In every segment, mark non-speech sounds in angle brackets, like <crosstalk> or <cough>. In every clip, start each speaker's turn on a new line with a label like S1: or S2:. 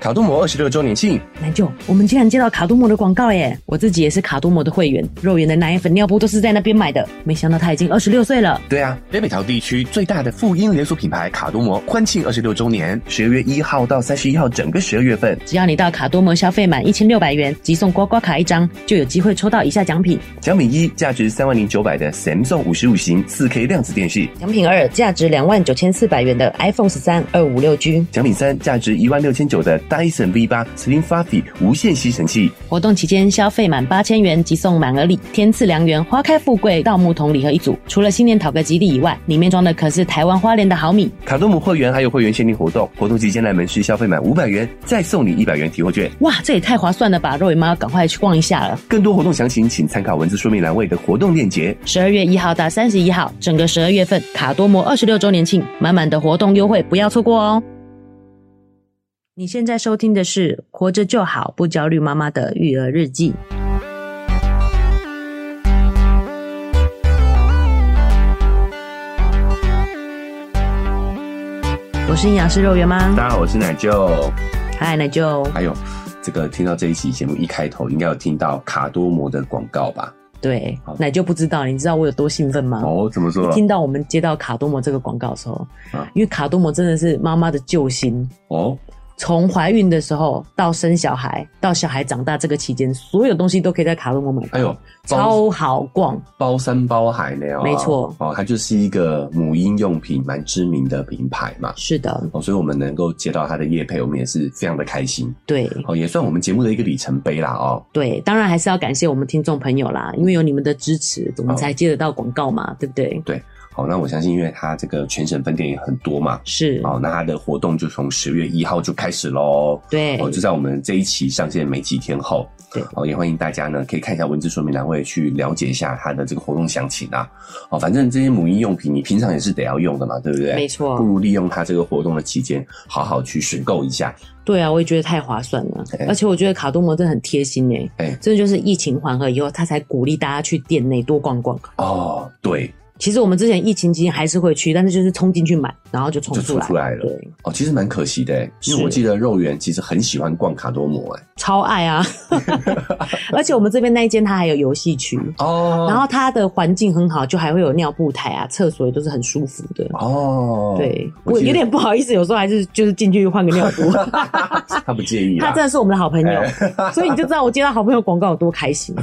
S1: 卡杜摩二十六周年庆，
S2: 奶舅，我们竟然接到卡多摩的广告耶！我自己也是卡多摩的会员，肉圆的奶粉、尿布都是在那边买的。没想到他已经二十六岁了。
S1: 对啊，北北桃地区最大的妇婴连锁品牌卡多摩欢庆二十六周年，十二月一号到三十一号整个十二月份，
S2: 只要你到卡多摩消费满一千六百元，即送刮刮卡一张，就有机会抽到以下奖品：
S1: 小米一价值三万零九百的 Samsung 五十五型四 K 量子电视，
S2: 奖品二，价值两万九千四百元的 iPhone 十三二五六 G。
S1: 小米三价值一万六千九的 Dyson V 八 Slim Fluffy 无线吸尘器，
S2: 活动期间消费满八千元即送满额礼、天赐良缘、花开富贵、盗墓同礼盒一组。除了新年讨个吉利以外，里面装的可是台湾花莲的好米。
S1: 卡多摩会员还有会员限定活动，活动期间来门市消费满五百元，再送你一百元提货券。
S2: 哇，这也太划算了吧！肉圆妈要赶快去逛一下了。
S1: 更多活动详情，请参考文字说明栏位的活动链接。
S2: 十二月一号到三十一号，整个十二月份卡多摩二十六周年庆，满满的活动优惠，不要错过哦！你现在收听的是《活着就好不焦虑妈妈的育儿日记》。我是营养师肉圆妈，
S1: 大家好，我是奶舅。
S2: 嗨，那就
S1: 还有，这个听到这一期节目一开头，应该有听到卡多摩的广告吧？
S2: 对，奶就不知道，你知道我有多兴奋吗？
S1: 哦，怎么说
S2: 啊听到我们接到卡多摩这个广告的时候，
S1: 啊
S2: 因为卡多摩真的是妈妈的救星，
S1: 哦，
S2: 从怀孕的时候到生小孩，到小孩长大这个期间，所有东西都可以在卡多摩买到，
S1: 哎呦，包
S2: 超好逛。
S1: 包山包海呢、哦，
S2: 没错
S1: 哦，它就是一个母婴用品蛮知名的品牌嘛。
S2: 是的，
S1: 哦，所以我们能够接到它的业配，我们也是非常的开心。
S2: 对
S1: 哦，也算我们节目的一个里程碑啦。哦，
S2: 对，当然还是要感谢我们听众朋友啦，因为有你们的支持，我们
S1: 好
S2: 才接得到广告
S1: 啊
S2: 嘛，对不对？
S1: 好，那我相信，因为它这个全省分店也很多嘛，
S2: 是，
S1: 哦，那它的活动就从十月一号就开始喽。
S2: 对，
S1: 哦，就在我们这一期上线没几天后，
S2: 哎对
S1: 哦，也欢迎大家呢可以看一下文字说明栏位去了解一下它的这个活动详情啊。哦，反正这些母婴用品你平常也是得要用的嘛，对不对？
S2: 没
S1: 不
S2: 错，
S1: 如利用它这个活动的期间，好好去选购一下。
S2: 对啊，我也觉得太划算了
S1: 哎，
S2: 而且我觉得卡多摩真的很贴心诶、
S1: 哎
S2: 真的就是疫情缓和以后，他才鼓励大家去店内多逛逛。
S1: 哦，对，
S2: 其实我们之前疫情期间还是会去，但是就是冲进去买，然后就冲
S1: 就
S2: 出
S1: 出
S2: 来，
S1: 出来了
S2: 对，
S1: 哦，其实蛮可惜的欸，因为
S2: 是
S1: 我记得肉圆其实很喜欢逛卡多摩，哎，
S2: 超爱啊！ <laughs> 而且我们这边那一间它还有游戏区，
S1: 哦，
S2: 然后它的环境很好，就还会有尿布台啊，厕所也都是很舒服的。
S1: 哦，
S2: 对，
S1: 我
S2: 我
S1: 记得
S2: 有点不好意思，有时候还是就是进去换个尿
S1: <laughs>
S2: 布。
S1: 他不介意
S2: 他
S1: 啦
S2: 真。的是我们的好朋友，
S1: 哎
S2: <laughs> 所以你就知道我接到好朋友广告有多
S1: <laughs>
S2: 开心。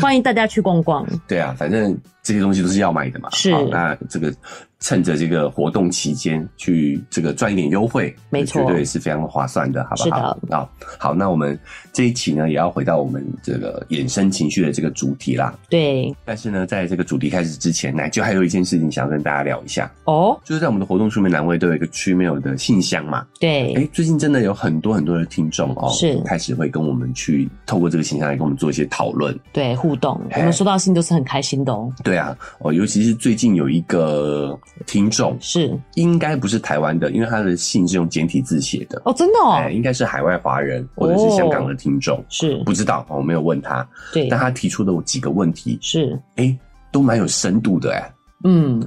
S2: 欢迎大家去逛逛，
S1: 对啊，反正这些东西都是要买的嘛。
S2: 是
S1: 好那这个趁着这个活动期间去这个赚一点优惠，
S2: 没错
S1: 绝对是非常划算的，好不好？
S2: 是
S1: 的。好，好，那我们这一期呢，也要回到我们这个衍生情绪的这个主题啦。
S2: 对
S1: 但是呢，在这个主题开始之前，奶就还有一件事情想跟大家聊一下，
S2: 哦，
S1: 就是在我们的活动说明栏位都有一个 Gmail 的信箱嘛。
S2: 对，
S1: 哎，最近真的有很多很多的听众哦，
S2: 是
S1: 开始会跟我们去透过这个信箱来跟我们做一些讨论。
S2: 对互动，
S1: 哎
S2: 我们收到信都是很开心的哦。
S1: 对啊，哦，尤其是最近有一个听众，
S2: 是
S1: 应该不是台湾的，因为他的信是用简体字写的，
S2: 哦，真的哦，
S1: 哎、应该是海外华人或者是香港的听众，
S2: 是
S1: 不知道，我没有问他，
S2: 对
S1: 但，他提出的几个问题，
S2: 是
S1: 哎、都蛮有深度的、哎。
S2: 嗯，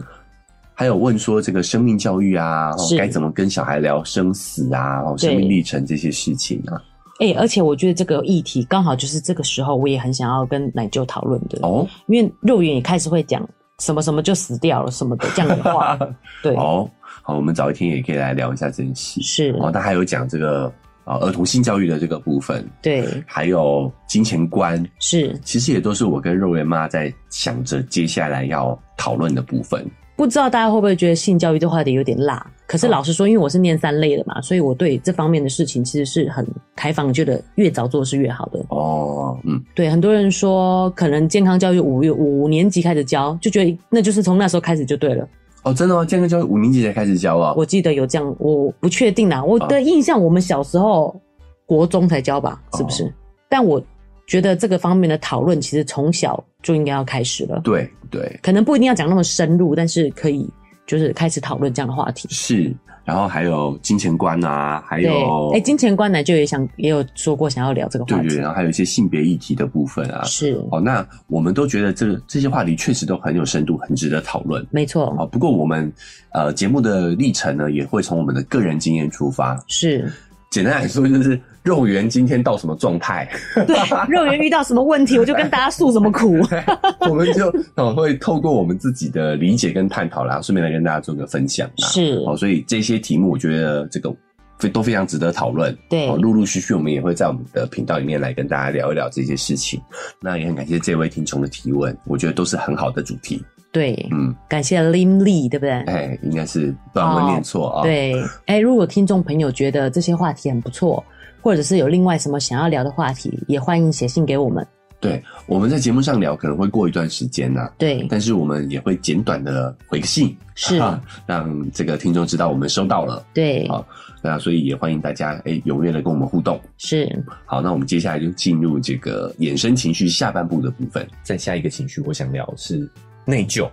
S1: 还有问说这个生命教育啊，哦
S2: 是
S1: 该怎么跟小孩聊生死啊，哦，
S2: 对
S1: 生命历程这些事情啊，
S2: 哎、而且我觉得这个议题刚好就是这个时候，我也很想要跟奶舅讨论的，
S1: 哦，
S2: 因为肉圆也开始会讲什么什么就死掉了什么的这样的
S1: <laughs>
S2: 话，对，
S1: 哦，好，我们早一天也可以来聊一下这件事。
S2: 是，
S1: 哦，他还有讲这个啊、呃儿童性教育的这个部分，
S2: 对，
S1: 还有金钱观，
S2: 是，
S1: 其实也都是我跟肉圆妈在想着接下来要讨论的部分。
S2: 不知道大家会不会觉得性教育这话题有点辣？可是
S1: 哦
S2: 老实说，因为我是念三类的嘛，所以我对这方面的事情其实是很开放，觉得越早做是越好的。
S1: 哦，嗯，
S2: 对，很多人说可能健康教育五月五年级开始教，就觉得那就是从那时候开始就对了。
S1: 哦，真的吗？健康教育五年级才开始教啊、
S2: 我记得有这样，我不确定啦。我的印象，我们小时候国中才教吧，是不是？但我觉得这个方面的讨论，其实从小就应该要开始了。
S1: 对对
S2: 可能不一定要讲那么深入，但是可以就是开始讨论这样的话题。
S1: 是，然后还有金钱观啊，还
S2: 对
S1: 有，
S2: 哎，金钱观呢，就也想也有说过想要聊这个
S1: 对
S2: 话
S1: 对，啊
S2: 题，
S1: 然后还有一些性别议题的部分啊。
S2: 是
S1: 哦，那我们都觉得这这些话题确实都很有深度，很值得讨论。
S2: 没错，
S1: 哦，不过我们呃节目的历程呢，也会从我们的个人经验出发。
S2: 是
S1: 简单来说，就是
S3: 肉圆今天到什么状态，
S2: 对，肉圆遇到什么问题，我就跟大家诉什
S1: <laughs>
S2: 么苦。
S1: 啊
S3: <laughs> 我们就哦会透过我们自己的理解跟探讨啦，顺便来跟大家做个分享啦。
S2: 是，
S3: 哦，所以这些题目我觉得这个非都非常值得讨论。
S2: 对
S3: 哦，陆陆续续我们也会在我们的频道里面来跟大家聊一聊这些事情。那也很感谢这位听众的提问，我觉得都是很好的主题。
S2: 对，
S3: 嗯，
S2: 感谢 Lim Lee，对不对？
S3: 哎，应该是不然会念错啊、
S2: 嗯对，哎，如果听众朋友觉得这些话题很不错，或者是有另外什么想要聊的话题，也欢迎写信给我们。
S3: 对，我们在节目上聊可能会过一段时间呐、啊
S2: 对，
S3: 但是我们也会简短的回个信，啊
S2: 是，
S1: 啊
S3: 让这个听众知道我们收到了。
S2: 对，
S3: 好那所以也欢迎大家哎踊跃的跟我们互动。
S2: 是，
S3: 好，那我们接下来就进入这个衍生情绪下半部的部分。
S1: 再下一个情绪，我想聊是内疚。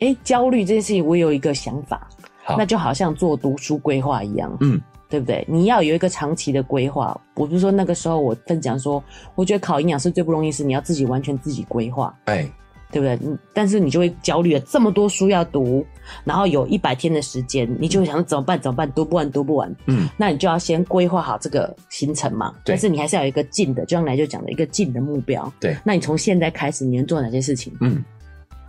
S2: 哎，焦虑这件事情，我有一个想法，
S1: 好
S2: 那就好像做读书规划一样，
S1: 嗯，
S2: 对不对？你要有一个长期的规划。我不是说那个时候我分享说，我觉得考营养师最不容易是你要自己完全自己规划，
S1: 哎，
S2: 对不对？你但是你就会焦虑了，这么多书要读，然后有一百天的时间，你就会想说怎么办？怎么办？读不完，读不完。
S1: 嗯，
S2: 那你就要先规划好这个行程嘛。
S1: 对
S2: 但是你还是要有一个近的，就像来就讲的一个近的目标。
S1: 对
S2: 那你从现在开始，你能做哪些事情？
S1: 嗯，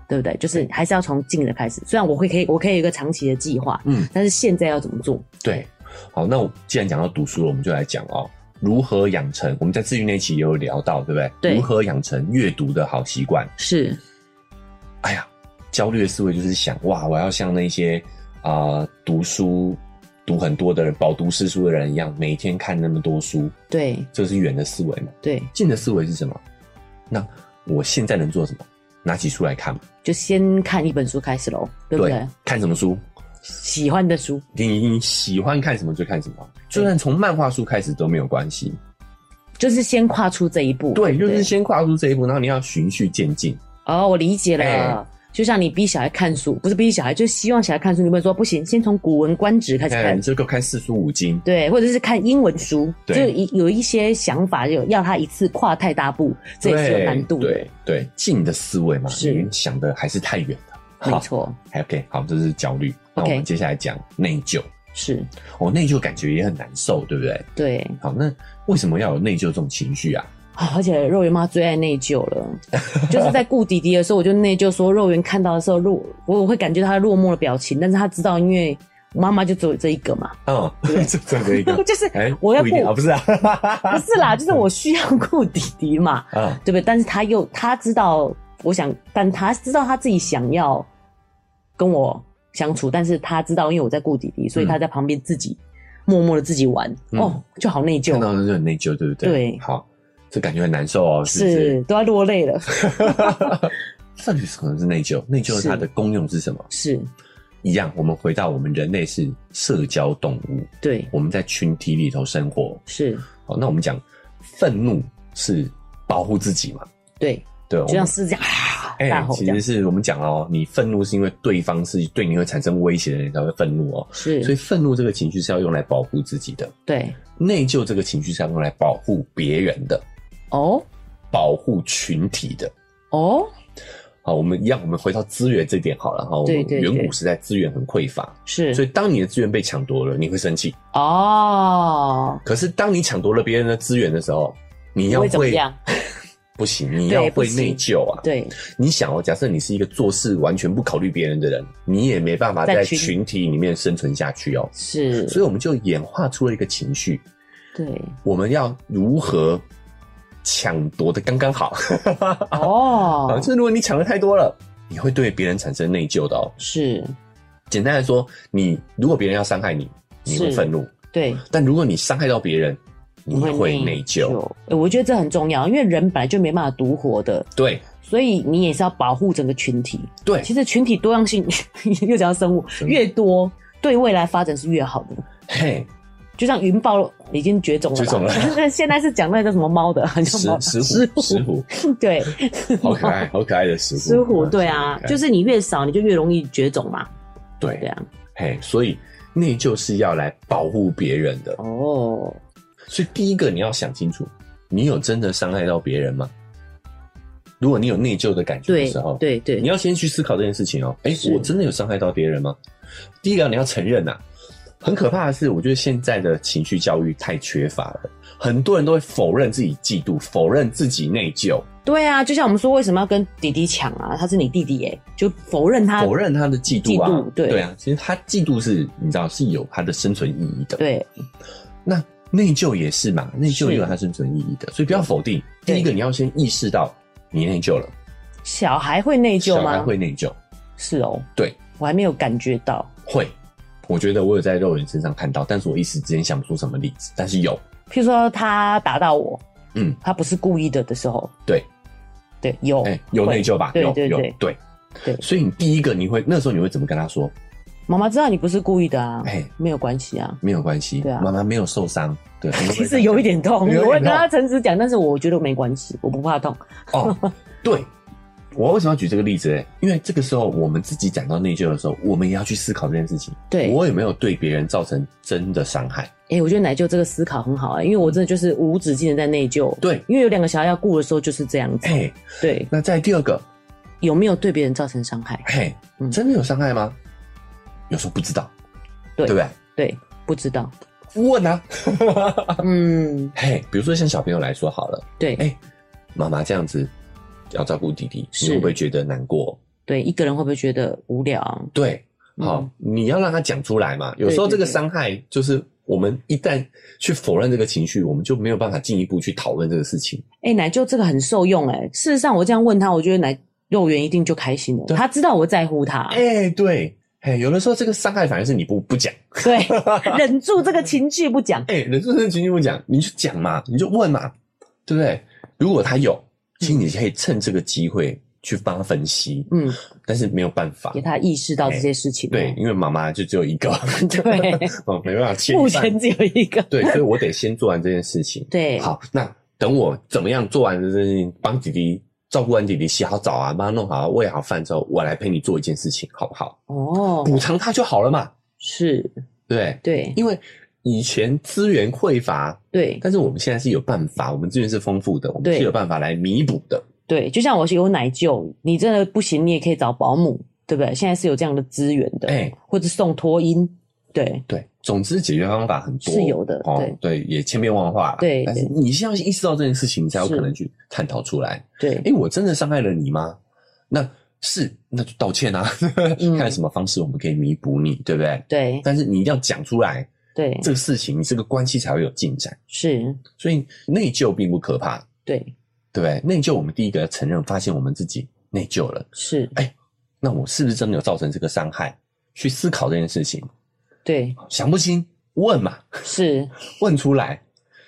S2: 对不对？就是还是要从近的开始。虽然我会可以，我可以有一个长期的计划，
S1: 嗯，
S2: 但是现在要怎么做？
S1: 对，好，那我既然讲到读书了，我们就来讲哦，如何养成我们在自愈那期也有聊到，对不对？
S2: 对
S1: 如何养成阅读的好习惯？
S2: 是
S1: 哎呀，焦虑的思维就是想哇，我要像那些啊、读书读很多的人，饱读诗书的人一样，每天看那么多书，
S2: 对
S1: 这是远的思维嘛？
S2: 对，
S1: 近的思维是什么？那我现在能做什么？拿起书来看嘛，
S2: 就先看一本书开始喽，对不对？
S1: 看什么书？
S2: 喜欢的书，
S1: 你喜欢看什么就看什么，就算从漫画书开始都没有关系。
S2: 就是先跨出这一步。
S1: 对，就是
S2: 对
S1: 先跨出这一步，然后你要循序渐进。
S2: 哦，我理解了。
S1: 哎
S2: 就像你逼小孩看书，不是逼小孩，就是希望小孩看书。你会说不行，先从古文观止开始
S1: 哎，
S2: 看
S1: 你，就给我看四书五经。
S2: 对，或者是看英文书，就
S1: 对
S2: 有有一些想法，有要他一次跨太大步，这也是有难度的
S1: 对。对，近的思维嘛，
S2: 是
S1: 你想的还是太远了。
S2: 没
S1: 好
S2: 错，
S1: ，OK，好，这是焦虑。那
S2: OK
S1: 我们接下来讲内疚。
S2: 是
S1: 哦，内疚感觉也很难受，对不对？
S2: 对、
S1: 好，那为什么要有内疚这种情绪啊？
S2: 啊而且肉圆妈最爱内疚了，就是在顾弟弟的时候，我就内疚说肉圆看到的时候落，我我会感觉他落寞的表情，但是他知道，因为妈妈就只有这一个嘛，，
S1: 嗯， <laughs> 这这个一个
S2: <laughs> 就是
S1: 哎，
S2: 我要
S1: 不一定嗯
S2: 顾
S1: 啊，不是
S2: <laughs>
S1: 啊，
S2: 不是啦，就是我需要顾弟弟嘛，
S1: 啊，
S2: 对不对？但是他又他知道，我想，但他知道他自己想要跟我相处，但是他知道，因为我在顾弟弟，所以他在旁边自己、默默的自己玩，
S1: 嗯
S2: 哦，就好内
S1: 看
S2: 疚，
S1: 到的就很内疚，对不对？
S2: 对
S1: 好，这感觉很难受哦，是不是？
S2: 是都要落泪
S1: <laughs>
S2: 了，
S1: 这里可能是内疚，内疚
S2: 是
S1: 它的功用是什么？
S2: 是
S1: 一样，我们回到我们人类是社交动物，
S2: 对，
S1: 我们在群体里头生活。
S2: 是
S1: 好，那我们讲愤怒是保护自己嘛？
S2: 对，
S1: 对，
S2: 就像
S1: 我们
S2: 狮子这样啊，
S1: 哎、
S2: 大吼这
S1: 其
S2: 样
S1: 实，是我们讲哦，你愤怒是因为对方是对你会产生威胁的人才会愤怒哦，
S2: 是，
S1: 所以愤怒这个情绪是要用来保护自己的，
S2: 对
S1: 内疚这个情绪是要用来保护别人的，
S2: 哦
S1: 保护群体的。
S2: 哦，
S1: 好，我们一样，我们回到资源这点好了哈。我
S2: 对
S1: 们
S2: 对
S1: 远
S2: 对
S1: 古时代资源很匮乏，所
S2: 是
S1: 以当你的资源被抢夺了，你会生气。
S2: 哦，
S1: 可是当你抢夺了别人的资源的时候，你要
S2: 会怎么
S1: 会
S2: 样？
S1: 不行，你要
S2: 对不
S1: 会
S2: 行
S1: 内疚啊。
S2: 对，
S1: 你想哦，假设你是一个做事完全不考虑别人的人，你也没办法在
S2: 在群
S1: 群体里面生存下去哦。
S2: 是，
S1: 所以我们就演化出了一个情绪，
S2: 对
S1: 我们要如何抢夺的刚刚好。
S2: 哦
S1: <laughs> 啊，，就是如果你抢的太多了，你会对别人产生内疚的哦。
S2: 是，
S1: 简单来说，你如果别人要伤害你，你会
S2: 是
S1: 愤怒；
S2: 对。
S1: 但如果你伤害到别人，你
S2: 你
S1: 会内疚。
S2: 欸我觉得这很重要，因为人本来就没办法独活的，
S1: 对
S2: 所以你也是要保护整个群体。
S1: 对，
S2: 其实群体多样性 <laughs> 又讲到生物
S1: 物
S2: 越多，对未来发展是越好的。
S1: 嘿，
S2: 就像云豹已经绝种了吧，
S1: 绝种了
S2: 那 <laughs> 现在是讲那个什么猫的，很像
S1: 石
S2: 猫 <laughs>
S1: 石虎，石虎，
S2: 对，
S1: 好
S2: <laughs>
S1: 可爱，好可爱的石虎，
S2: 狮虎，对啊，
S1: 可爱
S2: 就是你越少，你就越容易绝种嘛，对
S1: 对，
S2: 啊，
S1: 嘿，所以内疚是要来保护别人的。
S2: 哦，
S1: 所以第一个你要想清楚，你有真的伤害到别人吗？如果你有内疚的感觉的
S2: 对
S1: 时候，
S2: 对对
S1: 你，要先去思考这件事情哦。哎、
S2: 是
S1: 啊我真的有伤害到别人吗？第一个，你要承认呐、很可怕的是，我觉得现在的情绪教育太缺乏了，很多人都会否认自己嫉妒，否认自己内疚，
S2: 对啊，就像我们说，为什么要跟弟弟抢啊？他是你弟弟耶、就否认他，
S1: 否认他的嫉妒啊，
S2: 嫉妒对
S1: 啊，其实他嫉妒是你知道是有他的生存意义的，，
S2: 对
S1: 那内疚也是嘛，内疚
S2: 是
S1: 也有它生存意义的，所以不要否定。第一个，
S2: 对
S1: 你要先意识到你内疚了，
S2: 小孩会内疚
S1: 小孩
S2: 吗？
S1: 会内疚，
S2: 是哦，
S1: 对，
S2: 我还没有感觉到。
S1: 会。我觉得我有在肉人身上看到，但是我一时之间想不出什么例子，但是有，
S2: 譬如说他打到我，
S1: 嗯，
S2: 他不是故意的的时候，
S1: 对，
S2: 对，有、
S1: 哎、有
S2: 哦会
S1: 内疚吧？
S2: 对
S1: 有
S2: 对
S1: 有
S2: 对
S1: 对
S2: 对
S1: 所以你第一个你会那时候你会怎么跟他说？
S2: 妈妈知道你不是故意的啊，
S1: 哎
S2: 没有关系啊。
S1: 没有关系，
S2: 对啊
S1: 妈妈没有受伤，
S2: <laughs>
S1: 对，你会不会
S2: 其实有一点
S1: 有
S2: 痛，
S1: 一点
S2: 我会跟
S1: 痛
S2: 他诚实讲，但是我觉得没关系，我不怕痛。
S1: 哦，对。我为什么要举这个例子呢？因为这个时候我们自己讲到内疚的时候，我们也要去思考这件事情。
S2: 对，
S1: 我有没有对别人造成真的伤害？
S2: 哎、我觉得奶舅这个思考很好啊、因为我真的就是无止境的在内疚。
S1: 对
S2: 因为有两个小孩要顾的时候就是这样子。
S1: 哎、
S2: 对，
S1: 那在第二个，
S2: 有没有对别人造成伤害？
S1: 嘿
S2: 嗯，
S1: 真的有伤害吗？有时候不知道，
S2: 对
S1: 对不
S2: 对，不知道。
S1: 对？问啊， <laughs>
S2: 嗯，
S1: 嘿，比如说像小朋友来说好了，
S2: 对，
S1: 哎、妈妈这样子要照顾弟弟，
S2: 是
S1: 你会不会觉得难过？
S2: 对，一个人会不会觉得无聊？
S1: 对，
S2: 嗯
S1: 好，你要让他讲出来嘛。有时候
S2: 对对
S1: 这个
S2: 对
S1: 伤害就是我们一旦去否认这个情绪，我们就没有办法进一步去讨论这个事情。
S2: 哎、奶舅这个很受用哎、事实上，我这样问他，我觉得奶肉圆一定就开心了。
S1: 对
S2: 他知道我在乎他，
S1: 哎、对，哎，有的时候这个伤害反而是你不不讲。 <laughs>
S2: 对，忍住这个情绪不讲。
S1: 哎、忍住这个情绪不讲，你就讲嘛，你就问嘛，对不对？如果他有，其实你可以趁这个机会去帮他分析，
S2: 嗯，
S1: 但是没有办法
S2: 给，他意识到这些事情。
S1: 哎
S2: 哎
S1: 对，因为妈妈就只有一个，
S2: 对，
S1: <laughs> 哦，没办法牵
S2: 目
S1: 绊，
S2: 前只有一个。
S1: 对，所以我得先做完这件事情。
S2: <laughs> 对，
S1: 好，那等我怎么样做完这件事情，帮弟弟照顾完弟弟，洗好澡啊，帮他弄好啊，喂好饭之后，我来陪你做一件事情，好不好？
S2: 哦，
S1: 补偿他就好了嘛，
S2: 是，
S1: 对不对？
S2: 对，
S1: 因为以前资源匮乏，
S2: 对，
S1: 但是我们现在是有办法，我们资源是丰富的，我们
S2: 对
S1: 是有办法来弥补的。
S2: 对，就像我是有奶舅，你真的不行，你也可以找保姆，对不对？现在是有这样的资源的，
S1: 哎
S2: 或者送托婴，对，
S1: 对，总之解决方法很多，
S2: 是有的
S1: 哦
S2: 对，
S1: 对，也千变万化啦。
S2: 对
S1: 但是
S2: 对
S1: 你先要意识到这件事情，你才有
S2: 是
S1: 可能去探讨出来。
S2: 对，
S1: 诶，我真的伤害了你吗？那是，那就道歉啊，<laughs>
S2: 嗯
S1: 看什么方式我们可以弥补你，对不对？
S2: 对，
S1: 但是你一定要讲出来，
S2: 对，
S1: 这个事情，你这个关系才会有进展。
S2: 是，
S1: 所以内疚并不可怕，
S2: 对，
S1: 对不对？内疚，我们第一个要承认，发现我们自己内疚了，
S2: 是，
S1: 那我是不是真的有造成这个伤害？去思考这件事情，
S2: 对，
S1: 想不清问嘛， <laughs>
S2: 是，
S1: 问出来。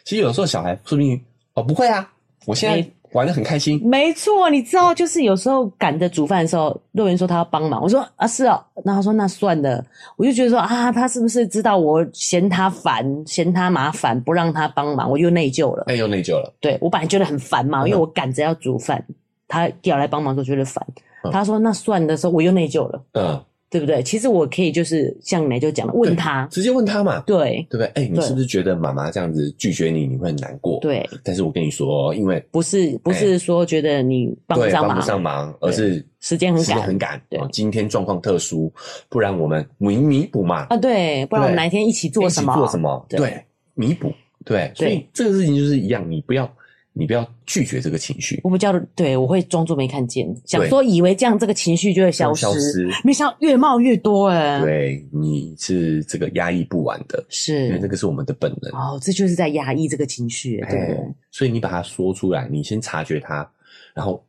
S1: 其实有时候小孩说不定哦，不会啊，我现在
S2: 没
S1: 玩的很开心。
S2: 没错。你知道，就是有时候赶着煮饭的时候，肉圆说他要帮忙，我说啊是哦，那他说那算了，我就觉得说啊，他是不是知道我嫌他烦，嫌他麻烦，不让他帮忙，我又内疚了。
S1: 哎，又内疚了，
S2: 对我本来觉得很烦嘛，
S1: 嗯
S2: 因为我赶着要煮饭，他调来帮忙都觉得烦。
S1: 嗯
S2: 他说那算的时候，我又内疚了，
S1: 嗯，
S2: 对不对？其实我可以就是像奶就讲的，问他，
S1: 直接问他嘛，
S2: 对
S1: 对不对？哎，你
S2: 对
S1: 是不是觉得妈妈这样子拒绝你，你会很难过？。
S2: 对，
S1: 但是我跟你说，哦因为
S2: 不是不是说觉得你帮不
S1: 对
S2: 上
S1: 帮
S2: 忙
S1: 不，上忙，而
S2: 对
S1: 是
S2: 时间很
S1: 时间
S2: 赶
S1: 很赶
S2: 对
S1: 哦今天状况特殊，不然我们弥弥补嘛，
S2: 啊，对，不然我们
S1: 对
S2: 哪一天一起做什么？
S1: 一起做什么？
S2: 对
S1: 对，弥补。对，所以
S2: 对
S1: 这个事情就是一样，你不要，你不要拒绝这个情绪，
S2: 我比较对我会装作没看见，想说以为这样这个情绪就会消失，
S1: 消失。
S2: 没想到越冒越多哎、
S1: 对，你是这个压抑不完的，因为这
S2: 是
S1: 个是我们的本能。
S2: 哦，这就是在压抑这个情绪，对不对
S1: 哎？所以你把它说出来，你先察觉它，然后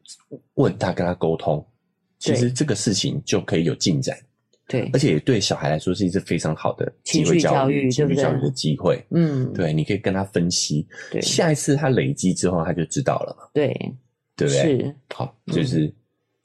S1: 问他，跟他沟通。其
S2: 对
S1: 实这个事情就可以有进展，
S2: 对
S1: 而，且也对小孩来说是一次非常好的
S2: 情
S1: 机
S2: 绪
S1: 会
S2: 教
S1: 教
S2: 育
S1: 育、情绪
S2: 对不对
S1: 教育的机会。
S2: 嗯，
S1: 对，你可以跟他分析，
S2: 对
S1: 下一次他累积之后他就知道了嘛，
S2: 对
S1: 对不对？
S2: 是。嗯
S1: 好，就是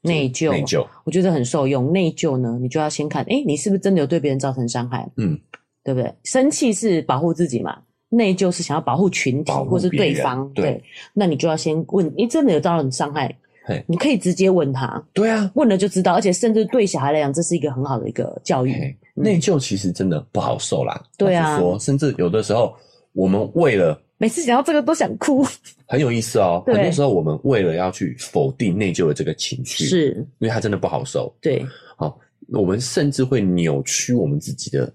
S2: 内疚
S1: 内疚，
S2: 我觉得很受用。内疚呢，你就要先看，哎，你是不是真的有对别人造成伤害？
S1: 嗯，
S2: 对不对？生气是保护自己嘛，内疚是想要保护群体
S1: 保护
S2: 或是
S1: 别
S2: 对
S1: 人
S2: 方。
S1: 对
S2: 那你就要先问，你真的有造成伤害
S1: 嘿？
S2: 你可以直接问他，
S1: 对啊，
S2: 问了就知道，而且甚至对小孩来讲，这是一个很好的一个教育。
S1: 嘿内疚其实真的不好受啦。
S2: 嗯对啊
S1: 老实说甚至有的时候我们为了
S2: 每次讲到这个都想哭，
S1: 很有意思哦，
S2: 对
S1: 很多时候我们为了要去否定内疚的这个情绪，
S2: 是
S1: 因为它真的不好受。
S2: 对
S1: 好，我们甚至会扭曲我们自己的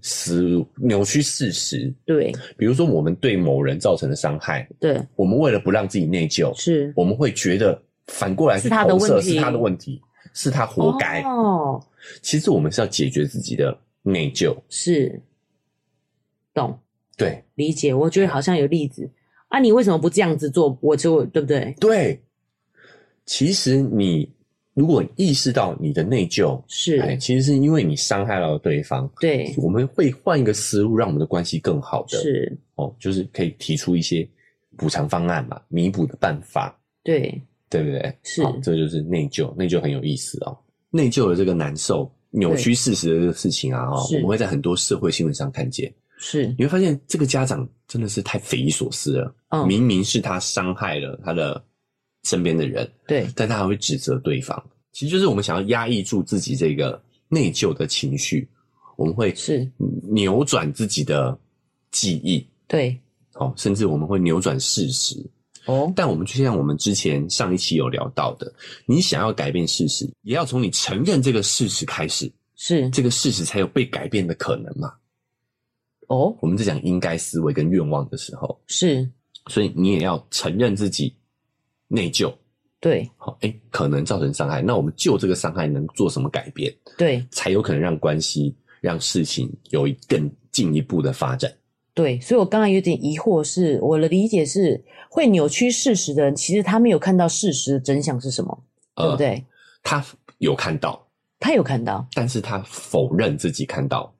S1: 思扭曲事实。
S2: 对
S1: 比如说，我们对某人造成的伤害，
S2: 对
S1: 我们为了不让自己内疚，
S2: 是
S1: 我们会觉得反过来去
S2: 是他的
S1: 投射
S2: 问题
S1: 是他的问题，是他活该。
S2: 哦，
S1: 其实我们是要解决自己的内疚。
S2: 是懂
S1: 对
S2: 理解。我觉得好像有例子啊，你为什么不这样子做？我就对不对？
S1: 对，其实你如果意识到你的内疚，
S2: 是
S1: 哎，其实是因为你伤害到了对方。
S2: 对，
S1: 我们会换一个思路，让我们的关系更好的。
S2: 是
S1: 哦，就是可以提出一些补偿方案嘛，弥补的办法，
S2: 对，
S1: 对不对？
S2: 是
S1: 好这就是内疚，内疚很有意思哦。内疚的这个难受、扭曲事实的这个事情啊、哦，
S2: 是
S1: 我们会在很多社会新闻上看见。
S2: 是
S1: 你会发现，这个家长真的是太匪夷所思了。
S2: 嗯，
S1: 明明是他伤害了他的身边的人，
S2: 对
S1: 但他还会指责对方。其实就是我们想要压抑住自己这个内疚的情绪，我们会嗯
S2: 是
S1: 扭转自己的记忆。
S2: 对
S1: 哦，甚至我们会扭转事实。
S2: 哦，
S1: 但我们就像我们之前上一期有聊到的，你想要改变事实，也要从你承认这个事实开始，
S2: 是
S1: 这个事实才有被改变的可能嘛。
S2: 哦，
S1: 我们在讲应该思维跟愿望的时候，
S2: 是
S1: 所以你也要承认自己内疚，
S2: 对
S1: 好、哎、可能造成伤害，那我们就这个伤害能做什么改变，
S2: 对
S1: 才有可能让关系、让事情有更进一步的发展。
S2: 对，所以我刚才有点疑惑是，我的理解是，会扭曲事实的人，其实他没有看到事实的真相是什么，对不对？
S1: 呃他有看到，
S2: 他有看到
S1: 但是他否认自己看到，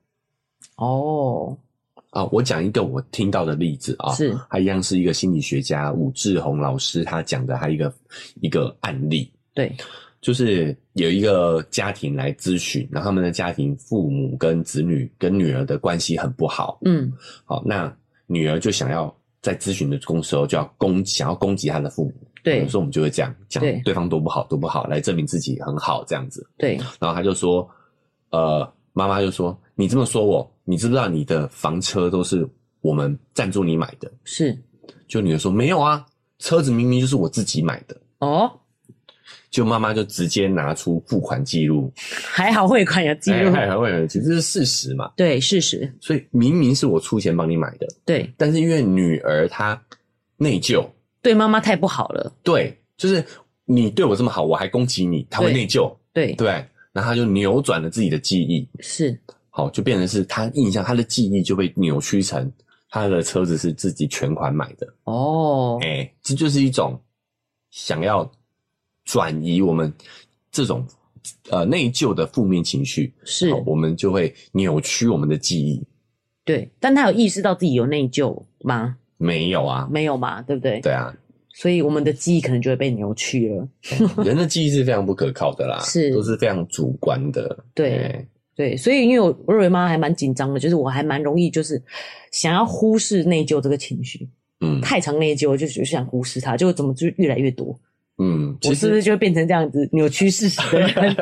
S2: 哦，
S1: 啊，我讲一个我听到的例子啊，
S2: 是
S1: 他一样是一个心理学家武志红老师他讲的他一个一个案例，
S2: 对
S1: 就是有一个家庭来咨询，然后他们的家庭父母跟子女跟女儿的关系很不好，
S2: 嗯
S1: 好，那女儿就想要在咨询的公时候就要攻想要攻击她的父母，
S2: 对
S1: 有时候我们就会这样讲
S2: 对
S1: 对方多不好多不好，来证明自己很好这样子，
S2: 对
S1: 然后他就说，呃，妈妈就说你这么说我，你知不知道你的房车都是我们赞助你买的？
S2: 是
S1: 就女儿说没有啊，车子明明就是我自己买的。
S2: 哦，
S1: 就妈妈就直接拿出付款记录，哎
S2: 还好汇款有记录，
S1: 还还会有人记录，这是事实嘛？
S2: 对事实，
S1: 所以明明是我出钱帮你买的，
S2: 对
S1: 但是因为女儿她内疚，
S2: 对，妈妈太不好了，
S1: 对，就是你对我这么好，我还攻击你，她会
S2: 对
S1: 内疚，
S2: 对
S1: 对，然后她就扭转了自己的记忆，
S2: 是
S1: 好，就变成是他印象，他的记忆就被扭曲成他的车子是自己全款买的。
S2: 哦，
S1: 哎、这就是一种想要转移我们这种呃内疚的负面情绪，
S2: 是
S1: 好我们就会扭曲我们的记忆。
S2: 对，但他有意识到自己有内疚吗？
S1: 没有啊，
S2: 没有嘛，对不对？
S1: 对啊，
S2: 所以我们的记忆可能就会被扭曲了。
S1: 人的记忆是非常不可靠的啦，
S2: <laughs> 是
S1: 都是非常主观的。
S2: 对
S1: 哎
S2: 对，所以因为我我瑞妈还蛮紧张的，就是我还蛮容易就是想要忽视内疚这个情绪，
S1: 嗯
S2: 太常内疚我就就想忽视它，结果怎么就越来越多？
S1: 嗯，
S2: 我
S1: 其
S2: 是不是
S1: 实
S2: 就会变成这样子扭曲事实的人？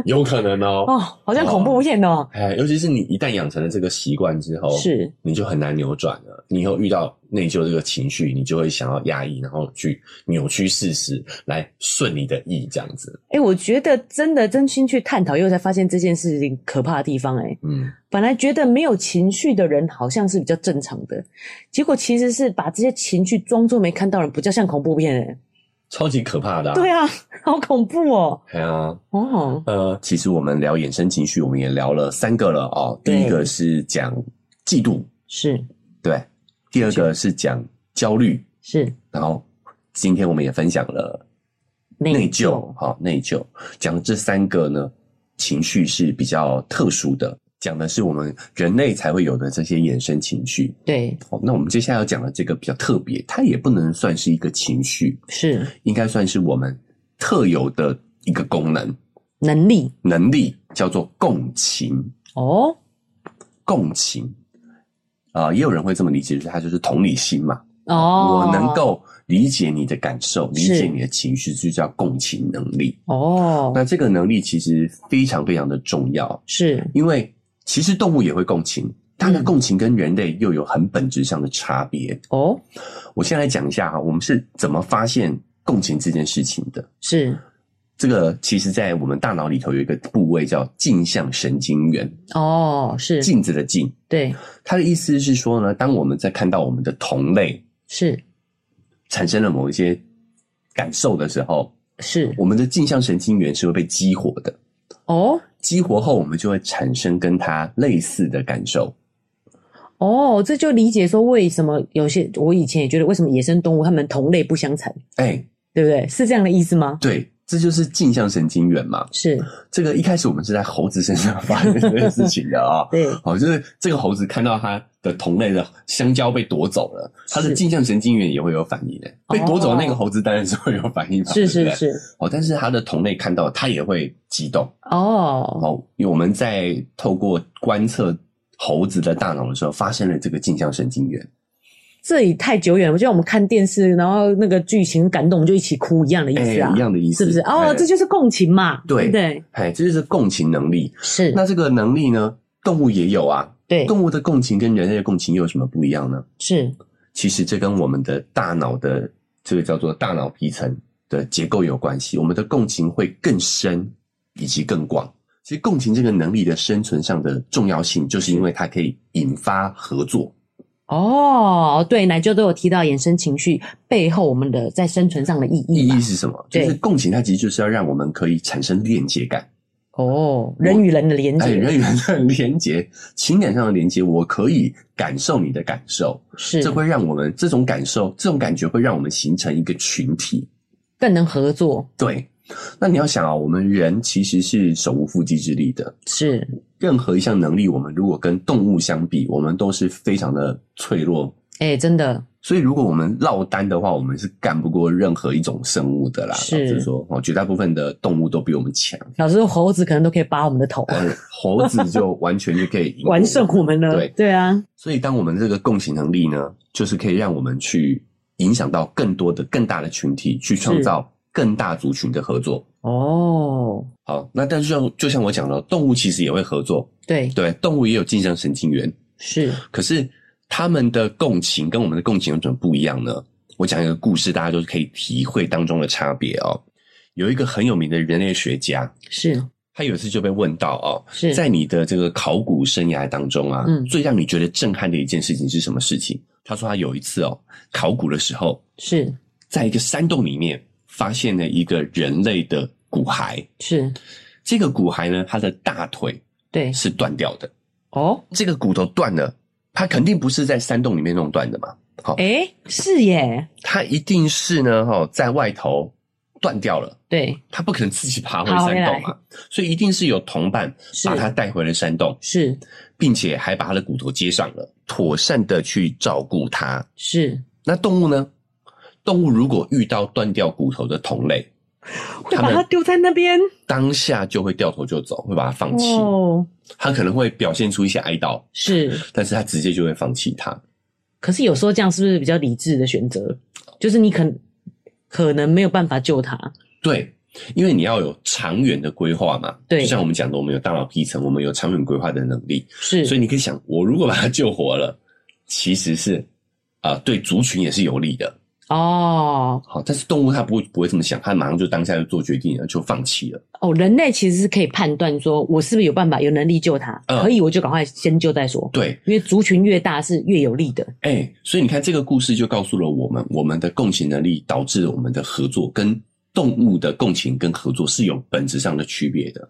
S1: <laughs> 有可能哦、
S2: 哦，好像恐怖片哦。
S1: 哎，尤其是你一旦养成了这个习惯之后，
S2: 是
S1: 你就很难扭转了。你以后遇到内疚这个情绪，你就会想要压抑，然后去扭曲事实，来顺你的意，这样子。
S2: 哎、我觉得真的真心去探讨，又才发现这件事情可怕的地方、哎，
S1: 嗯，
S2: 本来觉得没有情绪的人好像是比较正常的，结果其实是把这些情绪装作没看到人，比较像恐怖片、哎、
S1: 超级可怕的、啊。
S2: 对，啊，好恐怖哦。
S1: 哎呀，
S2: 哦，
S1: 呃，
S4: 其实我们聊衍生情绪，我们也聊了三个了哦。第
S2: 对
S4: 一个是讲嫉妒，
S2: 是
S4: 对；第二个是讲焦虑，
S2: 是
S4: 然后今天我们也分享了内疚，
S2: 疚
S4: 好内疚。讲这三个呢，情绪是比较特殊的，讲的是我们人类才会有的这些衍生情绪。
S2: 对
S4: 好，那我们接下来要讲的这个比较特别，它也不能算是一个情绪，
S2: 是
S4: 应该算是我们特有的一个功能
S2: 能力
S4: 能力，叫做共情。
S2: 哦，
S4: 共情，啊、也有人会这么理解，就是它就是同理心嘛。
S2: 哦，
S4: 我能够理解你的感受，理
S2: 是
S4: 解你的情绪，就叫共情能力。
S2: 哦，
S4: 那这个能力其实非常非常的重要，
S2: 是
S4: 因为其实动物也会共情，它
S2: 嗯
S4: 的共情跟人类又有很本质上的差别。
S2: 哦，
S4: 我先来讲一下哈，我们是怎么发现共情这件事情的。
S2: 是
S1: 这个其实，在我们大脑里头有一个部位叫镜像神经元，
S2: 哦，是，
S1: 镜子的镜。
S2: 对，
S1: 它的意思是说呢，当我们在看到我们的同类
S2: 是
S1: 产生了某一些感受的时候，
S2: 是，
S1: 我们的镜像神经元是会被激活的。
S2: 哦
S1: 激活后，我们就会产生跟它类似的感受。
S2: 哦，这就理解说为什么有些我以前也觉得为什么野生动物它们同类不相残，
S1: 哎、
S2: 对不对？是这样的意思吗？
S1: 对，这就是镜像神经元嘛。
S2: 是
S1: 这个一开始我们是在猴子身上发现这个事情的啊、 <laughs>
S2: 对，
S1: 哦，就是这个猴子看到它的同类的香蕉被夺走了，它的
S2: 是
S1: 镜像神经元也会有反应的。被夺走的那个
S2: 哦
S1: 猴子当然是会有反应嘛，
S2: 是
S1: 对不
S2: 是
S1: 对。
S2: 是，
S1: 哦，但是它的同类看到它也会激动。
S2: 哦
S1: 哦，因为我们在透过观测猴子的大脑的时候，发生了这个镜像神经元。
S2: 这也太久远了，就像我们看电视，然后那个剧情感动，我们就一起哭一样的意思啊，
S1: 哎一样的意思，
S2: 是不是？哦，
S1: 哎
S2: 这就是共情嘛，
S1: 对
S2: 不对，
S1: 哎，这就是共情能力。
S2: 是，
S1: 那这个能力呢，动物也有啊。
S2: 对，
S1: 动物的共情跟人类的共情又有什么不一样呢？
S2: 是
S1: 其实这跟我们的大脑的这个叫做大脑皮层的结构有关系。我们的共情会更深以及更广。其实共情这个能力的生存上的重要性，就是因为它可以引发合作。
S2: 哦，对，奶舅都有提到衍生情绪背后我们的在生存上的意
S1: 意
S2: 义嘛
S1: 义是什么？就
S2: 对
S1: 是共情，它其实就是要让我们可以产生链接感。
S2: 哦，人与人的连
S1: 哎，
S2: 接、
S1: 人与人的 <laughs> 连接，情感上的连接，我可以感受你的感受，
S2: 是
S1: 这会让我们这种感受、这种感觉会让我们形成一个群体。
S2: 更能合作，
S1: 对，那你要想啊，我们人其实是手无缚鸡之力的，
S2: 是
S1: 任何一项能力，我们如果跟动物相比，我们都是非常的脆弱。
S2: 哎、真的
S1: 所以，如果我们落单的话，我们是干不过任何一种生物的啦。
S2: 是
S1: 老实说，哦，绝大部分的动物都比我们强，
S2: 老师说猴子可能都可以拔我们的头，
S1: 而猴子就完全就可以赢
S2: <laughs> 完胜我们了。
S1: 对
S2: 啊，
S1: 所以，当我们这个共情能力呢，就是可以让我们去影响到更多的、更大的群体，去创造更大族群的合作。
S2: 哦，
S1: 好，那但是就就像我讲的，动物其实也会合作，
S2: 对，
S1: 对，动物也有镜像神经元，
S2: 是
S1: 可是他们的共情跟我们的共情有什么不一样呢？我讲一个故事，大家就可以体会当中的差别哦。有一个很有名的人类学家，
S2: 是
S1: 他有一次就被问到哦，
S2: 是，
S1: 在你的这个考古生涯当中啊，
S2: 嗯
S1: 最让你觉得震撼的一件事情是什么事情？他说他有一次哦，考古的时候，
S2: 是
S1: 在一个山洞里面发现了一个人类的骨骸，
S2: 是，
S1: 这个骨骸呢，它的大腿
S2: 对，
S1: 是断掉的，
S2: 哦，
S1: 这个骨头断了，它肯定不是在山洞里面弄断的嘛，好、
S2: 哎、是耶，
S1: 它一定是呢，哈、在外头断掉了。
S2: 对，
S1: 它不可能自己爬回
S2: 爬回
S1: 山洞
S2: 来
S1: 嘛，所以一定是有同伴
S2: 是
S1: 把它带回了山洞。
S2: 是
S1: 并且还把它的骨头接上了，妥善的去照顾它。
S2: 是，
S1: 那动物呢？动物如果遇到断掉骨头的同类，
S2: 会
S1: 他
S2: 把
S1: 们
S2: 它丢在那边，
S1: 当下就会掉头就走，会把它放弃。
S2: 哦，
S1: 它可能会表现出一些哀悼，
S2: 是。
S1: 但是它直接就会放弃它。
S2: 可是有时候这样是不是比较理智的选择？就是你可可能没有办法救他，
S1: 对，因为你要有长远的规划嘛。
S2: 对
S1: 就像我们讲的，我们有大脑皮层，我们有长远规划的能力，
S2: 是，
S1: 所以你可以想，我如果把它救活了，其实是啊、呃对族群也是有利的。
S2: 哦
S1: 好，但是动物它不会不会这么想，它马上就当下就做决定了，就放弃了。
S2: 哦，人类其实是可以判断说，我是不是有办法、有能力救他，
S1: 嗯
S2: 可以我就赶快先救再说，
S1: 对，
S2: 因为族群越大是越有利的，
S1: 哎、所以你看这个故事就告诉了我们，我们的共情能力导致我们的合作跟动物的共情跟合作是有本质上的区别的。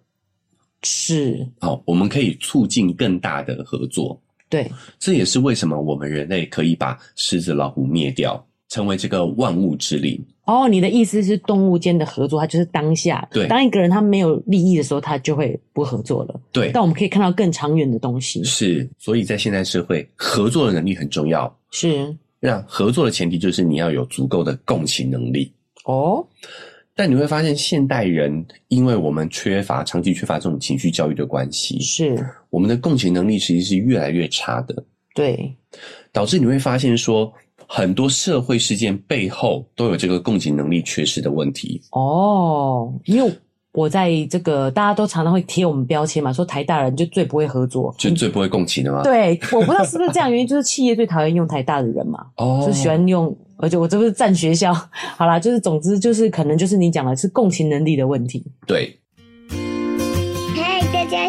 S2: 是
S1: 好，我们可以促进更大的合作，
S2: 对，
S1: 这也是为什么我们人类可以把狮子、老虎灭掉，成为这个万物之灵。
S2: 哦，你的意思是动物间的合作，它就是当下，
S1: 对
S2: 当一个人他没有利益的时候，他就会不合作了。
S1: 对，
S2: 但我们可以看到更长远的东西，
S1: 是，所以在现代社会，合作的能力很重要。
S2: 是
S1: 那合作的前提就是你要有足够的共情能力。
S2: 哦，
S1: 但你会发现，现代人因为我们缺乏长期缺乏这种情绪教育的关系，
S2: 是
S1: 我们的共情能力其实是越来越差的，
S2: 对，
S1: 导致你会发现说，很多社会事件背后都有这个共情能力缺失的问题。
S2: 哦，因为我在这个大家都常常会贴我们标签嘛，说台大人就最不会合作。
S1: 就最不
S2: 嗯
S1: 会共情的嘛，
S2: 对，我不知道是不是这样原因，就是企业最讨厌用台大的人嘛，
S1: 哦
S2: 就喜欢用我就我这不是占学校，好啦，就是总之就是可能就是你讲的是共情能力的问题。
S1: 对，
S5: 嗨，大家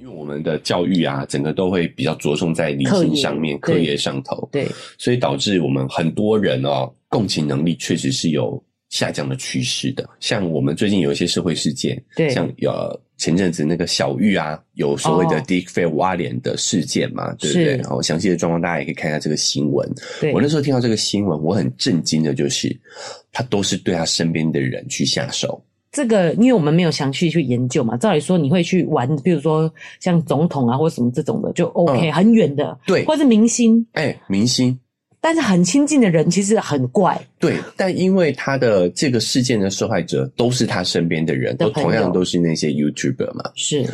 S1: 因为我们的教育啊，整个都会比较着重在理
S2: 课业
S1: 性上面、课
S2: 对
S1: 业上头，
S2: 对
S1: 所以导致我们很多人哦，共情能力确实是有下降的趋势的。像我们最近有一些社会事件，
S2: 对
S1: 像呃前阵子那个小玉啊，有所谓的
S2: 哦
S1: deepfake 挖脸的事件嘛，对不
S2: 是
S1: 对？然后详细的状况大家也可以看一下这个新闻。
S2: 对，
S1: 我那时候听到这个新闻，我很震惊的就是，他都是对他身边的人去下手。
S2: 这个，因为我们没有详细去研究嘛，照理说你会去玩，比如说像总统啊或什么这种的，就 OK，、
S1: 嗯
S2: 很远的，
S1: 对
S2: 或是明星，
S1: 哎、明星
S2: 但是很亲近的人其实很怪，
S1: 对，但因为他的这个事件的受害者都是他身边的人，
S2: 的
S1: 都
S2: 朋
S1: 同
S2: 友
S1: 样都是那些 YouTuber 嘛。
S2: 是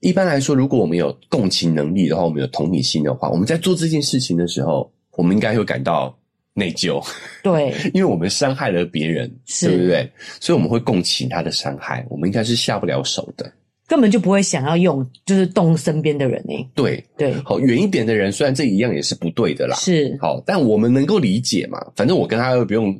S1: 一般来说，如果我们有共情能力的话，我们有同理心的话，我们在做这件事情的时候，我们应该会感到内疚，
S2: 对，
S1: 因为我们伤害了别人，
S2: 是
S1: 对不对？所以我们会共情他的伤害，我们应该是下不了手的。
S2: 根本就不会想要用，就是动身边的人呢、
S1: 对，
S2: 对，
S1: 好远一点的人，虽然这一样也是不对的啦，
S2: 是
S1: 好，但我们能够理解嘛，反正我跟他又不用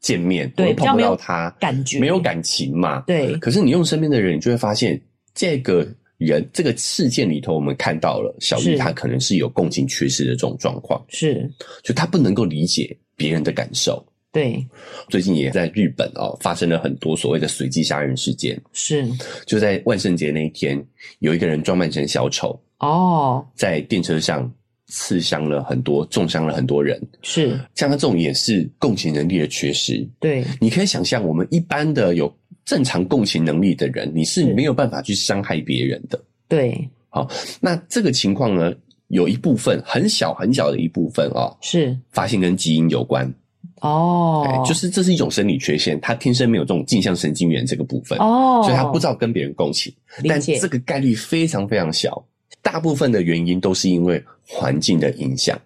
S1: 见面，
S2: 对
S1: 我们
S2: 比较
S1: 碰不
S2: 没有
S1: 到他，
S2: 感觉
S1: 没有感情嘛，
S2: 对
S1: 可是你用身边的人，你就会发现这个人这个事件里头，我们看到了小
S2: 是
S1: 玉她可能是有共情缺失的这种状况，
S2: 是，
S1: 就她不能够理解别人的感受。
S2: 对
S1: 最近也在日本哦，发生了很多所谓的随机杀人事件，
S2: 是
S1: 就在万圣节那一天，有一个人装扮成小丑，
S2: 哦
S1: 在电车上刺伤了很多，重伤了很多人。
S2: 是，
S1: 像他这种也是共情能力的缺失，
S2: 对
S1: 你可以想象，我们一般的有正常共情能力的人，你是
S2: 是
S1: 没有办法去伤害别人的。
S2: 对
S1: 那这个情况呢，有一部分很小很小的一部分哦，
S2: 是
S1: 发现跟基因有关，
S2: 哦
S1: 哎，就是这是一种生理缺陷，他天生没有这种镜像神经元这个部分，
S2: 哦，
S1: 所以他不知道跟别人共情，
S2: 理
S1: 但
S2: 解
S1: 这个概率非常非常小，大部分的原因都是因为环境的影响。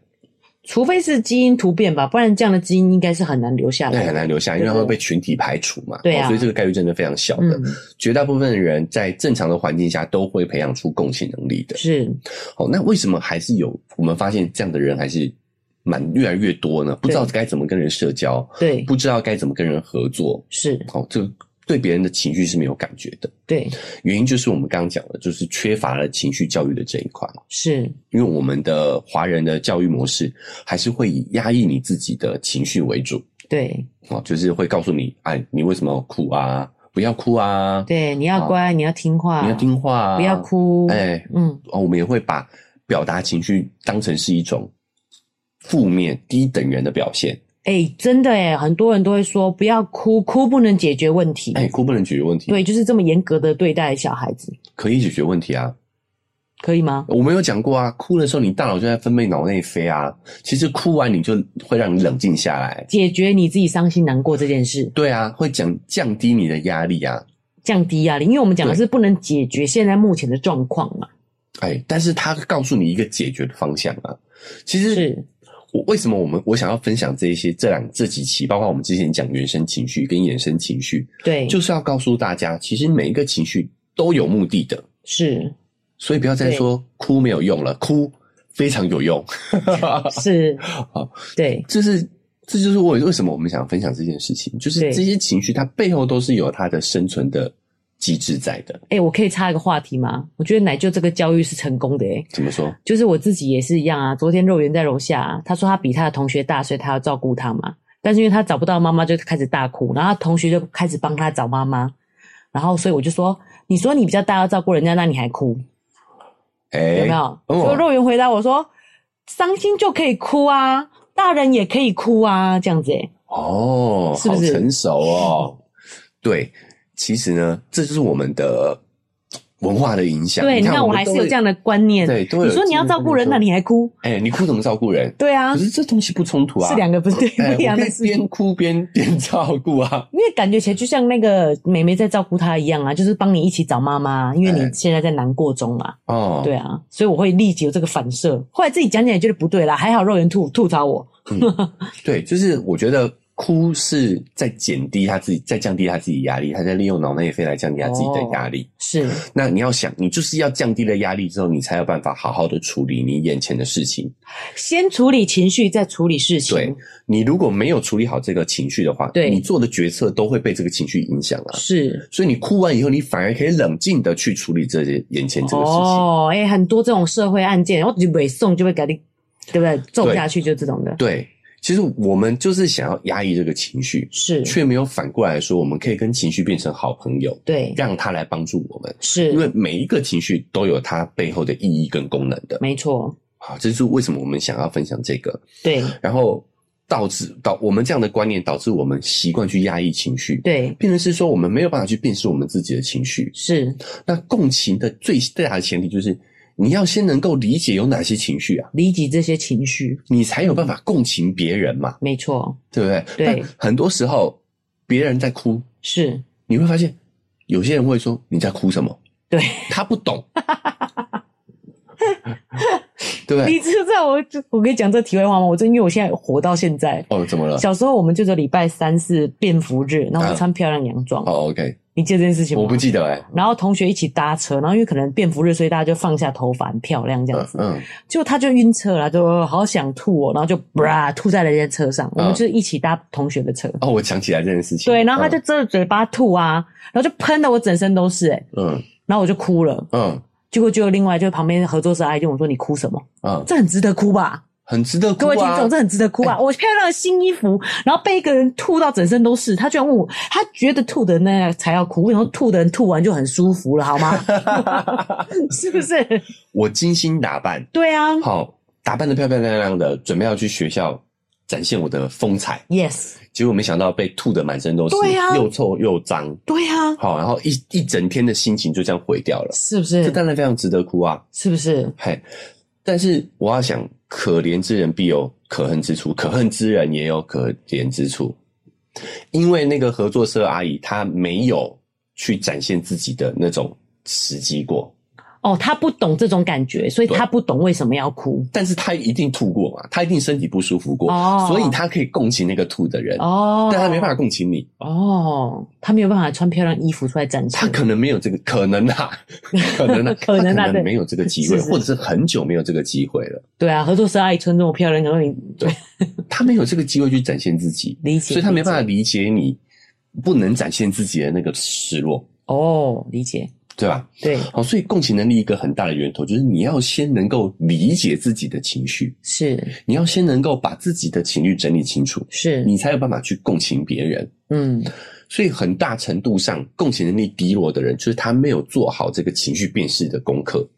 S2: 除非是基因突变吧，不然这样的基因应该是很难留下
S1: 那
S2: 来。
S1: 很难留下，因为
S2: 对
S1: 它会被群体排除嘛。哦
S2: 对啊
S1: 所以这个概率真的非常小的。
S2: 嗯，
S1: 绝大部分的人在正常的环境下都会培养出共情能力的。
S2: 是
S1: 哦，那为什么还是有我们发现这样的人还是蛮越来越多呢？不知道该怎么跟人社交，
S2: 对
S1: 不知道该怎么跟人合作。
S2: 是，
S1: 哦，这个对别人的情绪是没有感觉的，
S2: 对
S1: 原因就是我们刚刚讲的，就是缺乏了情绪教育的这一块。
S2: 是，
S1: 因为我们的华人的教育模式还是会以压抑你自己的情绪为主。
S2: 对
S1: 哦，就是会告诉你，哎，你为什么要哭啊？不要哭啊，
S2: 对，你要
S1: 好
S2: 乖，你要听话，
S1: 你要听话、啊，
S2: 不要。哭。
S1: 哎，
S2: 嗯，
S1: 哦，我们也会把表达情绪当成是一种负面、低等人的表现。
S2: 哎，真的哎，很多人都会说不要哭，哭不能解决问题。
S1: 哎，哭不能解决问题，，
S2: 对，就是这么严格的对待小孩子，
S1: 可以解决问题啊。
S2: 可以吗？
S1: 我们有讲过啊，哭的时候你大脑就在分泌脑内啡啊，其实哭完你就会让你冷静下来。
S2: 解决你自己伤心难过这件事，
S1: 对啊，会降降低你的压力啊。
S2: 降低压力，因为我们讲的是不能解决现在目前的状况嘛。
S1: 哎，但是他告诉你一个解决的方向啊。其实
S2: 是，
S1: 我为什么我们我想要分享这一些这两这几期，包括我们之前讲原生情绪跟衍生情绪，
S2: 对，
S1: 就是要告诉大家，其实每一个情绪都有目的的，
S2: 是
S1: <laughs> 所以不要再说哭没有用了，哭非常有用。 <laughs>
S2: 是
S1: 好，
S2: 对
S1: 就是这就是我为什么我们想分享这件事情，就是
S2: 对
S1: 这些情绪它背后都是有它的生存的机制在的。
S2: 哎、我可以插一个话题吗？我觉得奶舅这个教育是成功的、欸，
S1: 怎么说？
S2: 就是我自己也是一样啊。昨天肉圆在楼下、啊，他说他比他的同学大，所以他要照顾他嘛。但是因为他找不到妈妈，就开始大哭，然后他同学就开始帮他找妈妈。然后所以我就说，你说你比较大要照顾人家，那你还哭，
S1: 哎、
S2: 有没有？
S1: 哦
S2: 所以肉圆回答我说，伤心就可以哭啊，大人也可以哭啊，这样子、欸。
S1: 哦，
S2: 是不是
S1: 好成熟哦。对，其实呢，这就是我们的，文化的影响。
S2: 欸对，你
S1: 看
S2: 看我
S1: 们
S2: 还
S1: 都
S2: 是有
S1: 会
S2: 这样的观念。
S1: 对都会
S2: 你
S1: 有
S2: 说你要
S1: 这样的
S2: 照顾人，那
S1: 观
S2: 你还哭？
S1: 哎，你哭怎么照顾人？
S2: 对啊
S1: 可，是这东西不冲突啊，
S2: 是两个不对
S1: 哎
S2: 不一样
S1: 我
S2: 的
S1: 可以
S2: 事情
S1: 边哭边 <laughs> 边照顾啊。
S2: 因为感觉起来就像那个妹妹在照顾她一样啊，就是帮你一起找妈妈，因为你
S1: 哎
S2: 现在在难过中嘛。
S1: 哦，
S2: 对啊，所以我会立即有这个反射。后来自己讲讲也觉得不对啦，还好肉圆吐吐槽我。
S1: 对，就是我觉得哭是在减低他自己，在降低他自己压力，他在利用脑内啡来降低他自己
S2: 哦
S1: 的压力。 <laughs>
S2: 是，
S1: 那你要想，你就是要降低了压力之后，你才有办法好好的处理你眼前的事情。
S2: 先处理情绪，再处理事情。
S1: 对你如果没有处理好这个情绪的话，
S2: 对
S1: 你做的决策都会被这个情绪影响啊。
S2: 是。
S1: 所以你哭完以后，你反而可以冷静的去处理这些眼前这个事情。
S2: 哦，哎、很多这种社会案件，我就尾送就会给你，对不对？揍
S1: 对
S2: 下去就这种的。
S1: 对，其实我们就是想要压抑这个情绪，
S2: 是，
S1: 却没有反过来说，我们可以跟情绪变成好朋友，
S2: 对，
S1: 让它来帮助我们。
S2: 是，
S1: 因为每一个情绪都有它背后的意义跟功能的。
S2: 没错，
S1: 好，这就是为什么我们想要分享这个，
S2: 对，
S1: 然后导致导我们这样的观念导致我们习惯去压抑情绪，，
S2: 对，
S1: 变成是说我们没有办法去辨识我们自己的情绪。
S2: 是
S1: 那共情的最最大的前提就是你要先能够理解有哪些情绪啊，
S2: 理解这些情绪，
S1: 你才有办法共情别人嘛，
S2: 没错，
S1: 对不对？
S2: 对
S1: 但很多时候别人在哭，
S2: 是
S1: 你会发现有些人会说你在哭什么，
S2: <laughs> 对。
S1: 他不
S2: <laughs>
S1: 懂，对不对？
S2: <laughs> 你知道我就我跟你讲这题外话吗？我真因为我现在活到现在，
S1: 哦，怎么了？
S2: 小时候我们就只礼拜三是便服日，然后我们穿漂亮洋装。
S1: 啊哦，OK，
S2: 你记得这件事情吗？
S1: 我不记得哎、
S2: 然后同学一起搭车，然后因为可能便服日，所以大家就放下头发，很漂亮这样
S1: 嗯
S2: 子。
S1: 嗯，
S2: 就他就晕车了，就好想吐哦，然后就啪吐在人家车上。我们
S1: 嗯
S2: 就是一起搭同学的车，
S1: 哦，我想起来这件事情。嗯
S2: 对，然后他就遮着嘴巴吐啊，然后就喷的我整身都是、欸，
S1: 嗯
S2: 然后我就哭了。
S1: 嗯
S2: 结果就另外就旁边合作社阿姨就问我说：“你哭什么？
S1: 嗯嗯，
S2: 这很值得哭吧？”
S1: 很值得哭
S2: 各
S1: 啊。
S2: 位听众，这很值得哭
S1: <laughs>
S2: 啊！我漂亮的新衣服，然后被一个人吐到整身都是，他居然问我，他觉得吐的那才要哭，然后吐的人吐完就很舒服了，
S1: <laughs>
S2: 好吗？是不是？
S1: 我精心打扮，
S2: 对啊
S1: 好，打扮的漂漂亮亮的，准备要去学校展现我的风采，
S2: ，yes，
S1: 结果没想到被吐的满身都是，
S2: 对啊
S1: 又臭又脏。
S2: 对啊，
S1: 好，然后一一整天的心情就这样毁掉了，
S2: 是不
S1: 这
S2: 是？
S1: 当然非常值得哭啊。
S2: 是不是？
S1: 嘿，但是我要想，可怜之人必有可恨之处，可恨之人也有可怜之处。因为那个合作社阿姨，她没有去展现自己的那种时机过，
S2: 哦，他不懂这种感觉，所以
S1: 对
S2: 他不懂为什么要哭。
S1: 但是她一定吐过嘛，她一定身体不舒服过，
S2: 哦
S1: 所以她可以共情那个吐的人，
S2: 哦，
S1: 但她没办法共情你，
S2: 哦，他没有办法穿漂亮衣服出来展示
S1: 她。可能没有这个可能啊，可能
S2: <laughs>
S1: 啊，
S2: 可能啊
S1: 她可
S2: 对
S1: 能没有这个机会，
S2: 是是
S1: 或者是很久没有这个机会了，
S2: 对啊，合作社阿姨穿这么漂亮，然后你
S1: 她没有这个机会去展现自己，
S2: 理解，
S1: 所以他没办
S2: 法。
S1: 法理解你不能展现自己的那个失落，
S2: 哦，理解，
S1: 对吧？
S2: 对，
S1: 好，所以共情能力一个很大的源头就是你要先能够理解自己的情绪，
S2: 是
S1: 你要先能够把自己的情绪整理清楚，
S2: 是，
S1: 你才有办法去共情别人。
S2: 嗯，
S1: 所以很大程度上，共情能力低落的人，就是他没有做好这个情绪辨识的功课。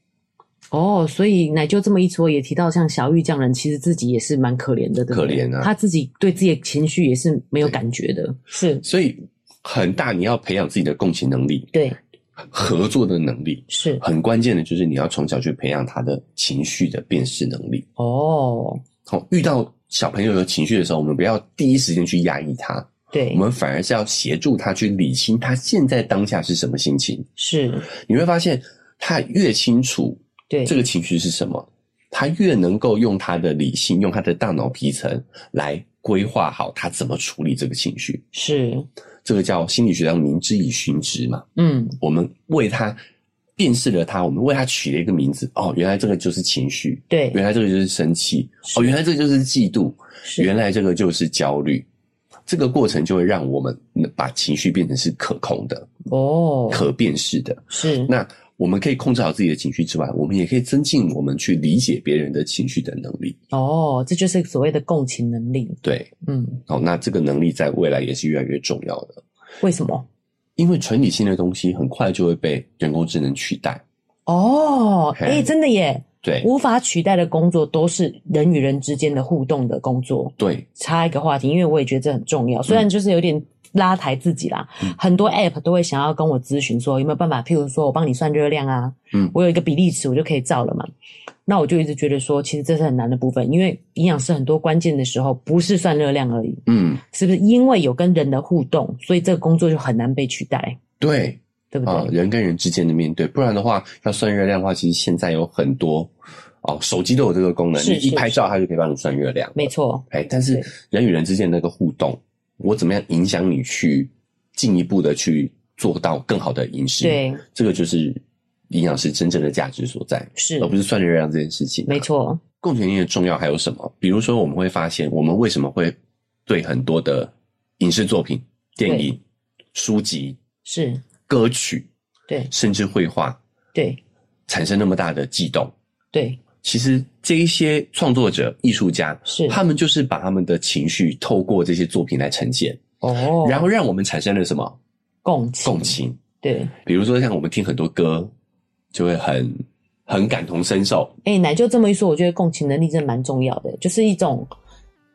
S2: 哦，所以奶就这么一说，也提到像小玉这样人，其实自己也是蛮可怜的，对不对
S1: 可怜啊
S2: 他自己对自己的情绪也是没有感觉的，是
S1: 所以很大，你要培养自己的共情能力、
S2: 对，
S1: 合作的能力，
S2: 是
S1: 很关键的就是你要从小去培养他的情绪的辨识能力。
S2: 哦，
S1: 好、遇到小朋友有情绪的时候，我们不要第一时间去压抑他，
S2: 对
S1: 我，们反而是要协助他去理清他现在当下是什么心情。
S2: 是，
S1: 你会发现，他越清楚
S2: 对，
S1: 这个情绪是什么，他越能够用他的理性，用他的大脑皮层来规划好他怎么处理这个情绪。
S2: 是，
S1: 这个叫心理学上明知以循之嘛。
S2: 嗯，
S1: 我们为他辨识了他，我们为他取了一个名字。哦，原来这个就是情绪，
S2: 对，
S1: 原来这个就是生气，
S2: 是
S1: 哦，原来这个就是嫉妒，
S2: 是
S1: 原来这个就是焦虑。这个过程就会让我们把情绪变成是可控的、
S2: 哦，
S1: 可辨识的。
S2: 是，
S1: 那我们可以控制好自己的情绪之外，我们也可以增进我们去理解别人的情绪的能力。
S2: 哦，这就是所谓的共情能力，
S1: 对，
S2: 嗯，
S1: 好，那这个能力在未来也是越来越重要的，
S2: 为什么？
S1: 因为纯理性的东西很快就会被人工智能取代。
S2: 哦，诶，
S1: 嘿
S2: 真的耶，
S1: 对，
S2: 无法取代的工作都是人与人之间的互动的工作，
S1: 对，
S2: 插一个话题，因为我也觉得这很重要。虽然就是有点拉抬自己啦。
S1: 嗯
S2: 很多 app 都会想要跟我咨询说有没有办法，譬如说我帮你算热量啊，
S1: 嗯
S2: 我有一个比例尺，我就可以照了嘛。那我就一直觉得说，其实这是很难的部分，因为营养师很多关键的时候不是算热量而已，
S1: 嗯，
S2: 是不是？因为有跟人的互动，所以这个工作就很难被取代，
S1: 对
S2: 对不对？
S1: 啊、人跟人之间的面对，不然的话，要算热量的话，其实现在有很多哦，手机都有这个功能，
S2: 是
S1: 你一
S2: 是
S1: 拍
S2: 是
S1: 照它就可以帮你算热量，
S2: 没。错，
S1: 哎，但是
S2: 对
S1: 人与人之间的那个互动，我怎么样影响你去进一步的去做到更好的饮食？，
S2: 对，
S1: 这个就是营养师真正的价值所在，
S2: 是
S1: 而，不是算热量这件事情、
S2: 没，错，
S1: 共情力的重要还有什么？比如说，我们会发现，我们为什么会对很多的影视作品、电影、书籍、
S2: 是，
S1: 歌曲，
S2: 对，
S1: 甚至绘画
S2: 对，
S1: 产生那么大的悸动？
S2: 对，
S1: 其实这一些创作者、艺术家，
S2: 是，
S1: 他们就是把他们的情绪透过这些作品来呈现，
S2: 哦，
S1: 然后让我们产生了什么
S2: 共情，
S1: 共，情？
S2: 对，
S1: 比如说，像我们听很多歌，就会很很感同身受。
S2: 哎，奶就这么一说，我觉得共情能力真的蛮重要的，就是一种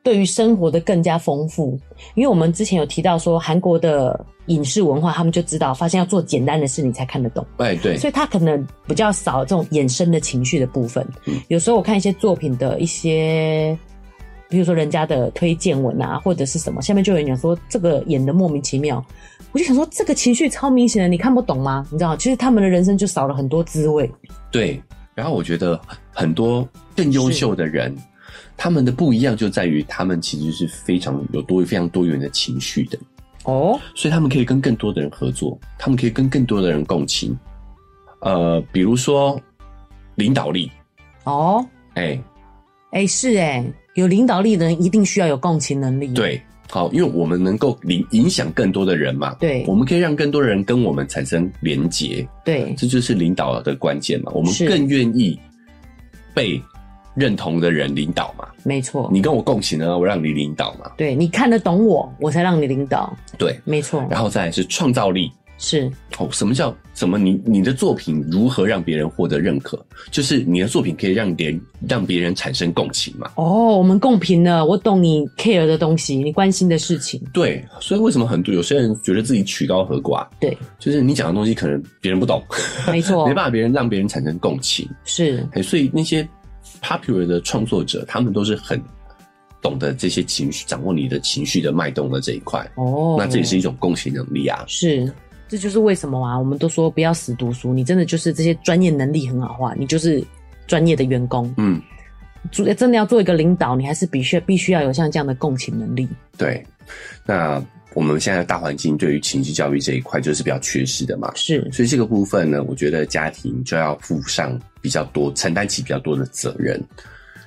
S2: 对于生活的更加丰富。因为我们之前有提到说，韩国的影视文化，他们就知道发现要做简单的事你才看得懂，
S1: 哎，对，
S2: 所以他可能比较少这种衍生的情绪的部分。
S1: 嗯
S2: 有时候我看一些作品的一些。比如说人家的推荐文啊，或者是什么，下面就有人讲说这个演的莫名其妙，我就想说这个情绪超明显的，你看不懂吗？你知道，其实他们的人生就少了很多滋味。
S1: 对，然后我觉得很多更优秀的人，他们的不一样就在于他们其实是非常有多非常多元的情绪的，
S2: 哦，
S1: 所以他们可以跟更多的人合作，他们可以跟更多的人共情。呃，比如说领导力，
S2: 哦，
S1: 哎，
S2: 哎，是哎，有领导力的人一定需要有共情能力。
S1: 对，好，因为我们能够影影响更多的人嘛，
S2: 对
S1: 我们可以让更多人跟我们产生连结，
S2: 对
S1: 这就是领导的关键嘛，我们
S2: 是
S1: 更愿意被认同的人领导嘛，
S2: 没错。
S1: 你跟我共情啊呢，我让你领导嘛。
S2: 对你看得懂我，我才让你领导。
S1: 对，
S2: 没错，
S1: 然后再来是创造力。
S2: 是
S1: 哦，什么叫什么你？你的作品如何让别人获得认可？就是你的作品可以让别人让别人产生共情嘛？
S2: 哦，我们共频了。我懂你 care 的东西，你关心的事情。
S1: 对，所以为什么很多有些人觉得自己曲高和寡？
S2: 对，
S1: 就是你讲的东西可能别人不懂，<laughs>
S2: 没错
S1: 没，办法别人让别人产生共情。
S2: 是
S1: 哎，所以那些 popular 的创作者，他们都是很懂得这些情绪，掌握你的情绪的脉动的这一块。
S2: 哦。
S1: 那这也是一种共情能力啊。
S2: 是，这就是为什么啊，我们都说不要死读书，你真的就是这些专业能力很好的话，你就是专业的员工。
S1: 嗯，
S2: 做真的要做一个领导，你还是必须必须要有像这样的共情能力。
S1: 对，那我们现在的大环境对于情绪教育这一块就是比较缺失的嘛，
S2: 是
S1: 所以这个部分呢，我觉得家庭就要负上比较多、承担起比较多的责任。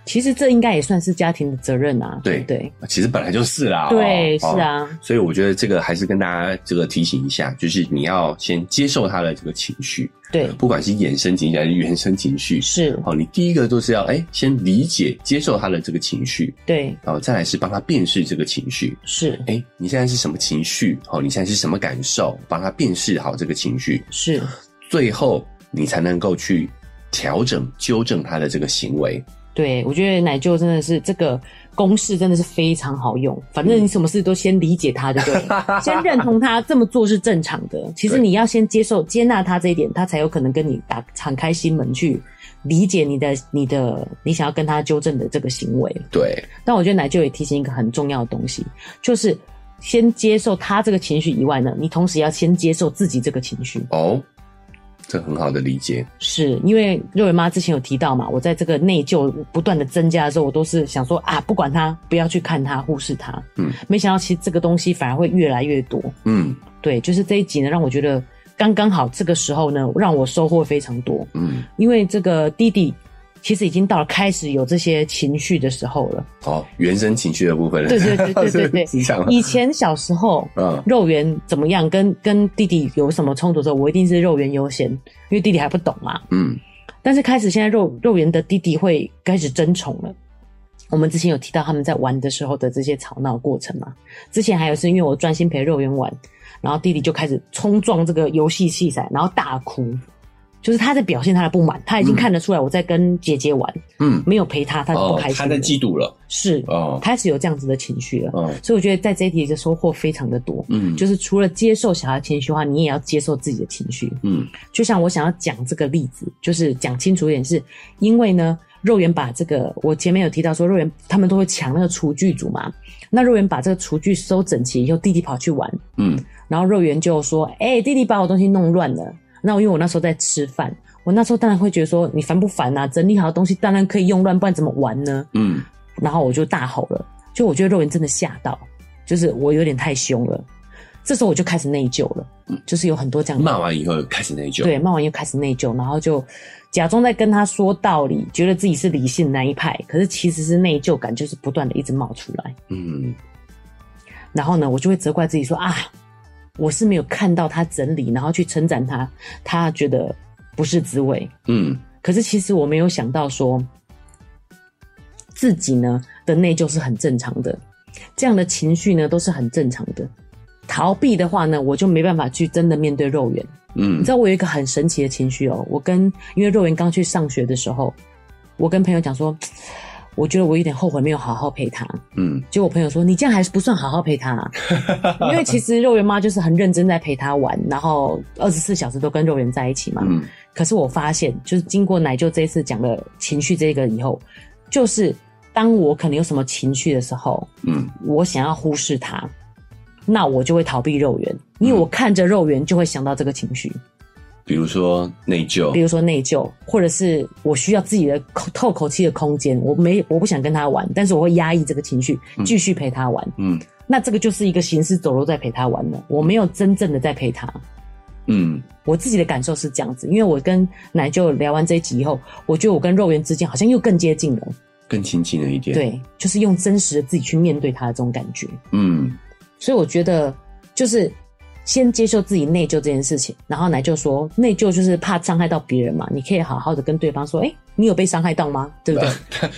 S2: 其实这应该也算是家庭的责任啊，
S1: 对
S2: 对不对？
S1: 其实本来就是啦，
S2: 对，
S1: 哦哦
S2: 是。啊，
S1: 所以我觉得这个还是跟大家这个提醒一下，就是你要先接受他的这个情绪，
S2: 对，
S1: 不管是衍生情绪还是原生情绪。
S2: 是，
S1: 好，你第一个就是要哎、先理解、接受他的这个情绪，
S2: 对，
S1: 然后再来是帮他辨识这个情绪，
S2: 是，
S1: 哎，你现在是什么情绪？哦，你现在是什么感受？帮他辨识好这个情绪，
S2: 是，
S1: 最后你才能够去调整、纠正他的这个行为。
S2: 对。我觉得奶舅真的是这个公式真的是非常好用，反正你什么事都先理解他就对了，先认同他这么做是正常的。其实
S1: 对
S2: 你要先接受、接纳他这一点，他才有可能跟你打敞开心门去理解你的、你的、你想要跟他纠正的这个行为。
S1: 对，
S2: 但我觉得奶舅也提醒一个很重要的东西，就是先接受他这个情绪以外呢，你同时要先接受自己这个情绪，
S1: 哦，这很好的理解。
S2: 是因为肉圆妈之前有提到嘛，我在这个内疚不断的增加的时候，我都是想说啊，不管他，不要去看他，忽视他，
S1: 嗯，
S2: 没想到其实这个东西反而会越来越多，
S1: 嗯
S2: 对，就是这一集呢，让我觉得刚刚好，这个时候呢，让我收获非常多，
S1: 嗯，
S2: 因为这个弟弟。其实已经到了开始有这些情绪的时候了。
S1: 哦，原生情绪的部分，
S2: 对对对对对对
S1: 是这样吗
S2: 以前小时候，
S1: 嗯，
S2: 肉圆怎么样跟跟弟弟有什么冲突的时候，我一定是肉圆优先，因为弟弟还不懂嘛。
S1: 嗯，
S2: 但是开始现在肉肉圆的弟弟会开始争宠了。我们之前有提到他们在玩的时候的这些吵闹过程嘛？之前还有是因为我专心陪肉圆玩，然后弟弟就开始冲撞这个游戏器材，然后大哭，就是他在表现他的不满，他已经
S1: 嗯
S2: 看得出来我在跟姐姐玩，
S1: 嗯，
S2: 没有陪他，他不
S1: 哦
S2: 开，心
S1: 他
S2: 了。
S1: 在嫉妒了，
S2: 是
S1: 哦，
S2: 开始有这样子的情绪了。
S1: 哦，
S2: 所以我觉得在这一题的收获非常的多，
S1: 嗯，
S2: 就是除了接受小孩情绪的话，你也要接受自己的情绪。
S1: 嗯
S2: 就像我想要讲这个例子，就是讲清楚一点是，因为呢，肉圆把这个我前面有提到说，肉圆他们都会抢那个厨具组嘛，那肉圆把这个厨具收整齐以后，弟弟跑去玩，
S1: 嗯
S2: 然后肉圆就说：“哎、弟弟把我东西弄乱了。”那因为我那时候在吃饭，我那时候当然会觉得说你烦不烦啊？整理好的东西当然可以用乱，不然怎么玩呢？
S1: 嗯
S2: 然后我就大吼了，就我觉得肉圆真的吓到，就是我有点太凶了。这时候我就开始内疚了，就是有很多这样
S1: 嗯，
S2: 的
S1: 骂完以后开始内疚，
S2: 对，骂完又开始内疚，然后就假装在跟他说道理，觉得自己是理性那一派，可是其实是内疚感，就是不断的一直冒出来。
S1: 嗯
S2: 然后呢，我就会责怪自己说啊，我是没有看到他整理，然后去称赞他，他觉得不是滋味。
S1: 嗯
S2: 可是其实我没有想到说，自己呢的内疚是很正常的，这样的情绪呢都是很正常的。逃避的话呢，我就没办法去真的面对肉圆。你
S1: 嗯
S2: 知道我有一个很神奇的情绪哦，我跟因为肉圆刚去上学的时候，我跟朋友讲说，我觉得我有点后悔没有好好陪他。
S1: 嗯
S2: 结果我朋友说，你这样还是不算好好陪他、啊， <laughs> 因为其实肉圆妈就是很认真在陪他玩，然后二十四小时都跟肉圆在一起嘛。
S1: 嗯
S2: 可是我发现，就是经过奶舅这一次讲的情绪这个以后，就是当我可能有什么情绪的时候，
S1: 嗯
S2: 我想要忽视它，那我就会逃避肉圆，因为我看着肉圆就会想到这个情绪。
S1: 比如说内
S2: 比
S1: 疚，
S2: 如说内疚，或者是我需要自己的口透口气的空间，我没我不想跟他玩，但是我会压抑这个情绪，继续陪他玩。
S1: 嗯
S2: 那这个就是一个行尸走肉在陪他玩了，我没有真正的在陪他。
S1: 嗯
S2: 我自己的感受是这样子，因为我跟奶舅聊完这一集以后，我觉得我跟肉圆之间好像又更接近了。
S1: 更亲近了一点，，
S2: 对，就是用真实的自己去面对他的这种感觉。
S1: 嗯
S2: 所以我觉得就是先接受自己内疚这件事情，然后奶就说内疚就是怕伤害到别人嘛，你可以好好的跟对方说，哎、你有被伤害到吗？对不对？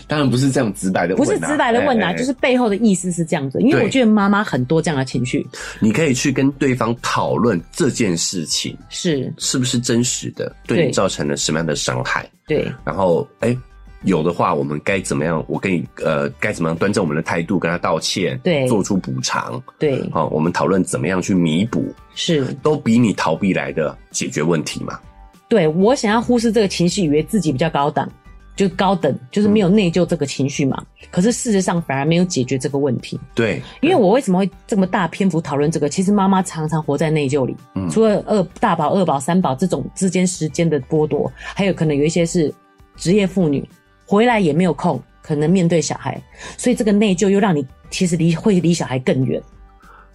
S1: 当然不是这样直白的，
S2: 不是直白的问啊，
S1: 哎哎
S2: 就是背后的意思是这样子，因为
S1: 对
S2: 我觉得妈妈很多这样的情绪
S1: 你可以去跟对方讨论这件事情
S2: 是
S1: 是不是真实的，对
S2: 对
S1: 你造成了什么样的伤害，
S2: 对，
S1: 然后哎。有的话，我们该怎么样？我跟你呃，该怎么样端正我们的态度，跟他道歉，
S2: 对
S1: 做出补偿。
S2: 对，
S1: 好、我们讨论怎么样去弥补，
S2: 是
S1: 都比你逃避来的解决问题嘛。
S2: 对我想要忽视这个情绪，以为自己比较高档，就高等，就是
S1: 嗯
S2: 没有内疚这个情绪嘛。可是事实上反而没有解决这个问题。
S1: 对，
S2: 因为我为什么会这么大篇幅讨论这个？其实妈妈常常活在内疚里，
S1: 嗯
S2: 除了二大宝、二宝、三宝这种之间时间的剥夺，还有可能有一些是职业妇女回来也没有空，可能面对小孩，所以这个内疚又让你其实离会离小孩更远。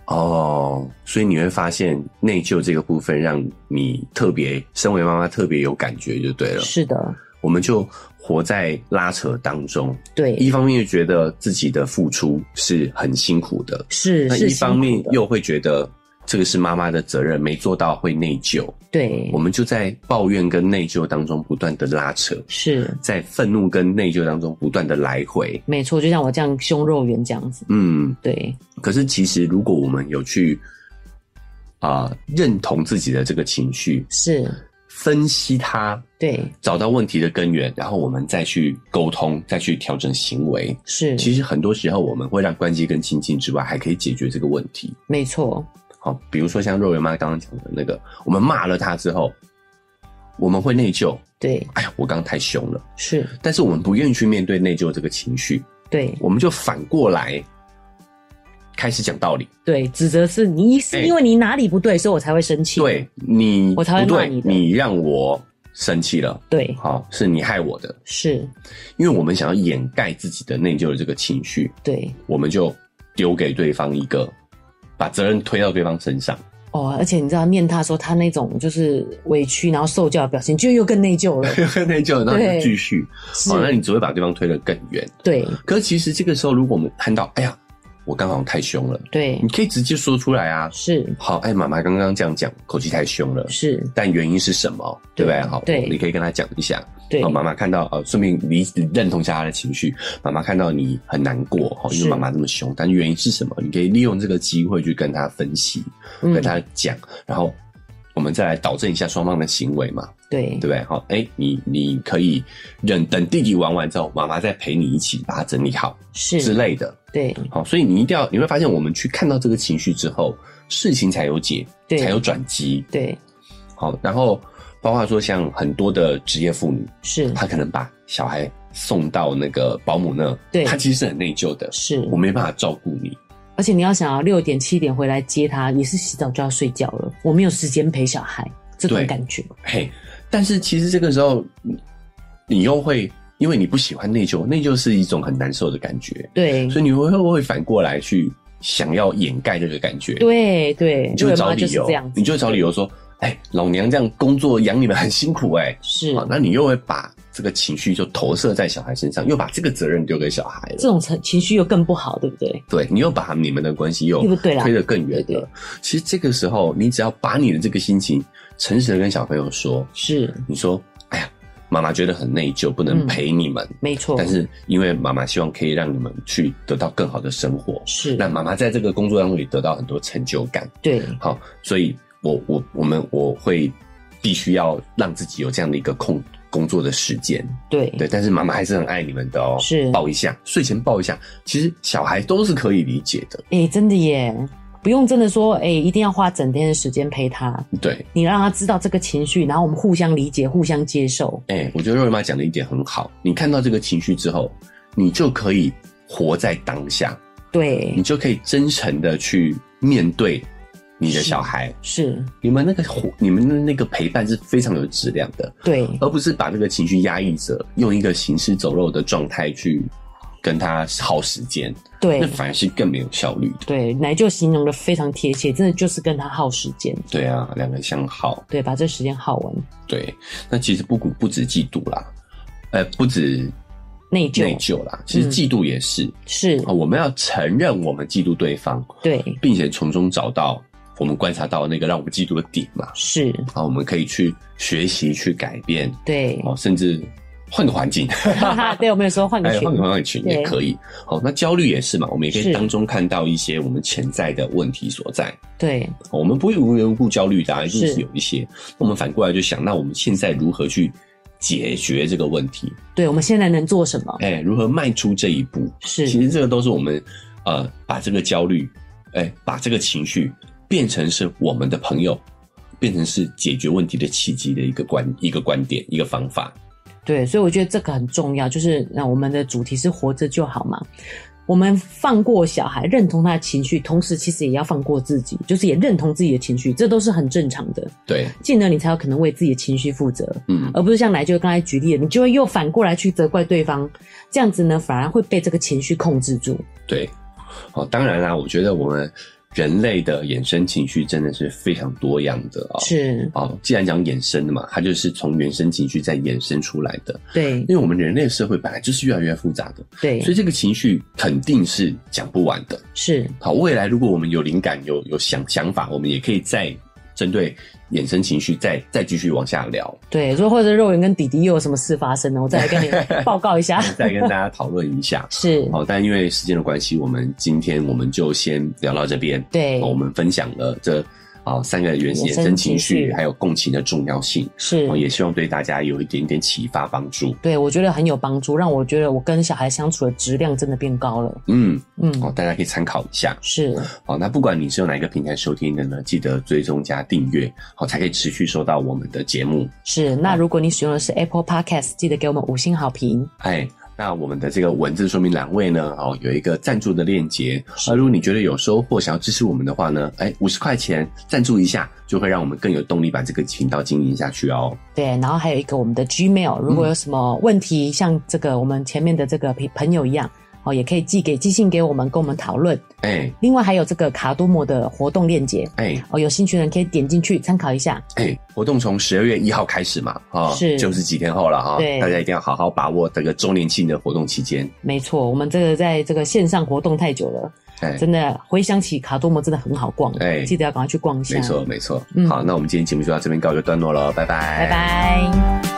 S1: 哦，所以你会发现内疚这个部分让你特别，身为妈妈特别有感觉就对啊了。
S2: 是的，
S1: 我们就活在拉扯当中，
S2: 对，
S1: 一方面觉得自己的付出是很辛苦的，
S2: 是
S1: 那
S2: 是
S1: 一
S2: 辛
S1: 方面
S2: 苦的
S1: 又会觉得这个是妈妈的责任，没做到会内疚。
S2: 对
S1: 我，们就在抱怨跟内疚当中不断的拉扯，
S2: 是
S1: 在愤怒跟内疚当中不断的来回。
S2: 没错，就像我这样胸肉圆这样子，
S1: 嗯，
S2: 对，
S1: 可是其实如果我们有去啊、认同自己的这个情绪，
S2: 是，
S1: 分析它，
S2: 对，
S1: 找到问题的根源，然后我们再去沟通，再去调整行为。
S2: 是，
S1: 其实很多时候我们会让关系更亲近之外，还可以解决这个问题。
S2: 没错，
S1: 好，比如说像肉圆妈刚刚讲的那个，我们骂了他之后，我们会内疚，
S2: 对，
S1: 哎呀，我刚刚太凶了。
S2: 是
S1: 但是我们不愿意去面对内疚这个情绪，
S2: 对。
S1: 我们就反过来开始讲道理。
S2: 对，指责是你是
S1: 哎
S2: 因为你哪里不对，所以我才会生气。
S1: 对你
S2: 我才会
S1: 不
S2: 骂
S1: 对
S2: 你，的
S1: 你让我生气了，
S2: 对，
S1: 好，是你害我的。
S2: 是，
S1: 因为我们想要掩盖自己的内疚的这个情绪，
S2: 对
S1: 我们就丢给对方一个把责任推到对方身上。 <laughs>
S2: 哦。而且你知道，念他说他那种就是委屈，然后受教的表情，就又更内疚
S1: <laughs>
S2: 了。
S1: 内疚，然后
S2: 对
S1: 你就继续，
S2: 是
S1: 好，那你只会把对方推得更远。
S2: 对
S1: 可是其实这个时候，如果我们看到，哎呀，我刚好太凶了，
S2: 对
S1: 你，可以直接说出来啊。
S2: 是
S1: 好，哎，妈妈刚刚这样讲，口气太凶了，
S2: 是，
S1: 但原因是什么？对不对？
S2: 对
S1: 好，
S2: 对
S1: 你可以跟他讲一下。
S2: 对
S1: 好，妈妈看到呃，顺便理认同一下他的情绪。妈妈看到你很难过，哦，因
S2: 是
S1: 为妈妈那么凶，但原因是什么？你可以利用这个机会去跟他分析，
S2: 嗯
S1: 跟他讲，然后我们再来导正一下双方的行为嘛，
S2: 对
S1: 对不对？好、哎、你你可以忍等弟弟玩完之后，妈妈再陪你一起把它整理好之
S2: 是，
S1: 类的。
S2: 对
S1: 好、所以你一定要你会发现，我们去看到这个情绪之后，事情才有解，
S2: 对
S1: 才有转机。
S2: 对
S1: 好、然后包括说像很多的职业妇女，
S2: 是
S1: 她可能把小孩送到那个保姆那，
S2: 对
S1: 她其实是很内疚的，
S2: 是
S1: 我，没办法照顾你。
S2: 而且你要想啊，六点七点回来接他，也是洗澡就要睡觉了，我没有时间陪小孩，这种
S1: 对
S2: 感觉，
S1: 嘿，但是其实这个时候，你你又会因为你不喜欢内疚，内疚是一种很难受的感觉，
S2: 对
S1: 所以你会会会反过来去想要掩盖这个感觉，，
S2: 对对，
S1: 你就
S2: 对
S1: 会
S2: 妈
S1: 找
S2: 就
S1: 理
S2: 是
S1: 由
S2: 这样，子，
S1: 你就会找理由说，哎，老娘这样工作养你们很辛苦哎、
S2: 是
S1: 好，那你又会把这个情绪就投射在小孩身上，又把这个责任丢给小孩
S2: 这
S1: 了。
S2: 种情情绪又更不好，对不对？
S1: 对你又把你们的关系又
S2: 又不对啦
S1: 推得更远
S2: 对对
S1: 了。其实这个时候，你只要把你的这个心情诚实的跟小朋友说，
S2: 是
S1: 你说，哎呀，妈妈觉得很内疚，不
S2: 嗯
S1: 能陪你们，
S2: 没错，
S1: 但是因为妈妈希望可以让你们去得到更好的生活，
S2: 是
S1: 让妈妈在这个工作当中也得到很多成就感。
S2: 对
S1: 好，所以我我我们我会必须要让自己有这样的一个空工作的时间，
S2: 对
S1: 对，但是妈妈还是很爱你们的哦，
S2: 是
S1: 抱一下，睡前抱一下，其实小孩都是可以理解的，
S2: 哎、真的耶，不用真的说，哎、一定要花整天的时间陪他，
S1: 对，
S2: 你让他知道这个情绪，然后我们互相理解、互相接受。
S1: 哎、我觉得瑞妈讲的一点很好，你看到这个情绪之后，你就可以活在当下，
S2: 对
S1: 你，就可以真诚的去面对你的
S2: 是
S1: 小孩，
S2: 是，
S1: 你们那个活，你们的那个陪伴是非常有质量的，
S2: 对，
S1: 而不是把这个情绪压抑着，用一个行尸走肉的状态去跟他耗时间，那
S2: 对，
S1: 反而是更没有效率的。
S2: 对，奶就形容的非常贴切，真的就是跟他耗时间，
S1: 对啊，两个相好。
S2: 对，把这时间耗完，
S1: 对，那其实不古不止嫉妒啦，呃，不止
S2: 内疚
S1: 内疚啦，其实
S2: 嗯
S1: 嫉妒也是。
S2: 是
S1: 啊，我们要承认我们嫉妒对方，
S2: 对，
S1: 并且从中找到我们观察到那个让我们嫉妒的点嘛。
S2: 是，
S1: 啊，我们可以去学习、去改变，
S2: 对，
S1: 哦，甚至换个环境，
S2: 哈哈， <laughs> 对我们有时候换个
S1: 哎，
S2: 群
S1: 换，个环境也
S2: 对
S1: 可以。好，那焦虑也是嘛，我们也可
S2: 是
S1: 以当中看到一些我们潜在的问题所在。
S2: 对，
S1: 哦我们不会无缘无故焦虑的、啊，一定
S2: 是
S1: 是有一些。那我们反过来就想，那我们现在如何去解决这个问题？
S2: 对，我们现在能做什么？
S1: 哎，如何迈出这一步？
S2: 是，
S1: 其实这个都是我们呃把这个焦虑，哎、把这个情绪变成是我们的朋友，变成是解决问题的契机的一个观一个观点一个方法。
S2: 对，所以我觉得这个很重要，就是那我们的主题是活着就好嘛。我们放过小孩，认同他的情绪，同时其实也要放过自己，就是也认同自己的情绪，这都是很正常的。
S1: 对，
S2: 进而你才有可能为自己的情绪负责，
S1: 嗯，
S2: 而不是像奶就刚才举例的，你就会又反过来去责怪对方，这样子呢反而会被这个情绪控制住。
S1: 对。哦，当然啦，我觉得我们人类的衍生情绪真的是非常多样的哦。
S2: 是，
S1: 哦，既然讲衍生的嘛，它就是从原生情绪再衍生出来的。
S2: 对
S1: 因为我们人类社会本来就是越来越复杂的，
S2: 对
S1: 所以这个情绪肯定是讲不完的。
S2: 是，
S1: 好，未来如果我们有灵感、有有想想法，我们也可以再针对衍生情绪再再继续往下聊，
S2: 对。说或者肉圆跟弟弟又有什么事发生呢？我再来跟你报告
S1: <laughs>
S2: 一下。。
S1: 再跟大家讨论一下 <laughs>
S2: 是，
S1: 好，但因为时间的关系，我们今天我们就先聊到这边。
S2: 对
S1: 好我们分享了这啊三个原
S2: 衍
S1: 衍
S2: 生
S1: 生情
S2: 情绪
S1: 绪，还有共情的重要性。
S2: 是
S1: 哦，也希望对大家有一点点启发帮助。
S2: 对，我觉得很有帮助，让我觉得我跟小孩相处的质量真的变高了。
S1: 嗯，
S2: 嗯，
S1: 哦，大家可以参考一下。
S2: 是，
S1: 好，那不管你是用哪一个平台收听的呢，记得追踪加订阅，好，才可以持续收到我们的节目。
S2: 是。
S1: 哦
S2: 那如果你使用的是 Apple Podcast，记得给我们五星好评。
S1: 哎，那我们的这个文字说明栏位呢，哦，有一个赞助的链接。
S2: 是
S1: 而如果你觉得有收获，想要支持我们的话呢，哎，五十块钱赞助一下，就会让我们更有动力把这个频道经营下去哦。
S2: 对，然后还有一个我们的 Gmail，如
S1: 嗯
S2: 果有什么问题，像这个我们前面的这个朋朋友一样，哦，也可以寄给寄信给我们，跟我们讨论。
S1: 哎
S2: 另外还有这个卡多摩的活动链接，
S1: 哎
S2: 哦，有兴趣的人可以点进去参考一下。
S1: 哎，活动从十二月一号开始嘛，啊、
S2: 是
S1: 就是几天后了啊、
S2: 对
S1: 大家一定要好好把握这个周年庆的活动期间。
S2: 没错，我们这个在这个线上活动太久了，
S1: 哎，
S2: 真的回想起卡多摩真的很好逛，
S1: 哎
S2: 记得要赶快去逛一下。
S1: 没错，没错。
S2: 啊嗯
S1: 好，那我们今天节目就到这边告一个段落了，拜拜，
S2: 拜拜。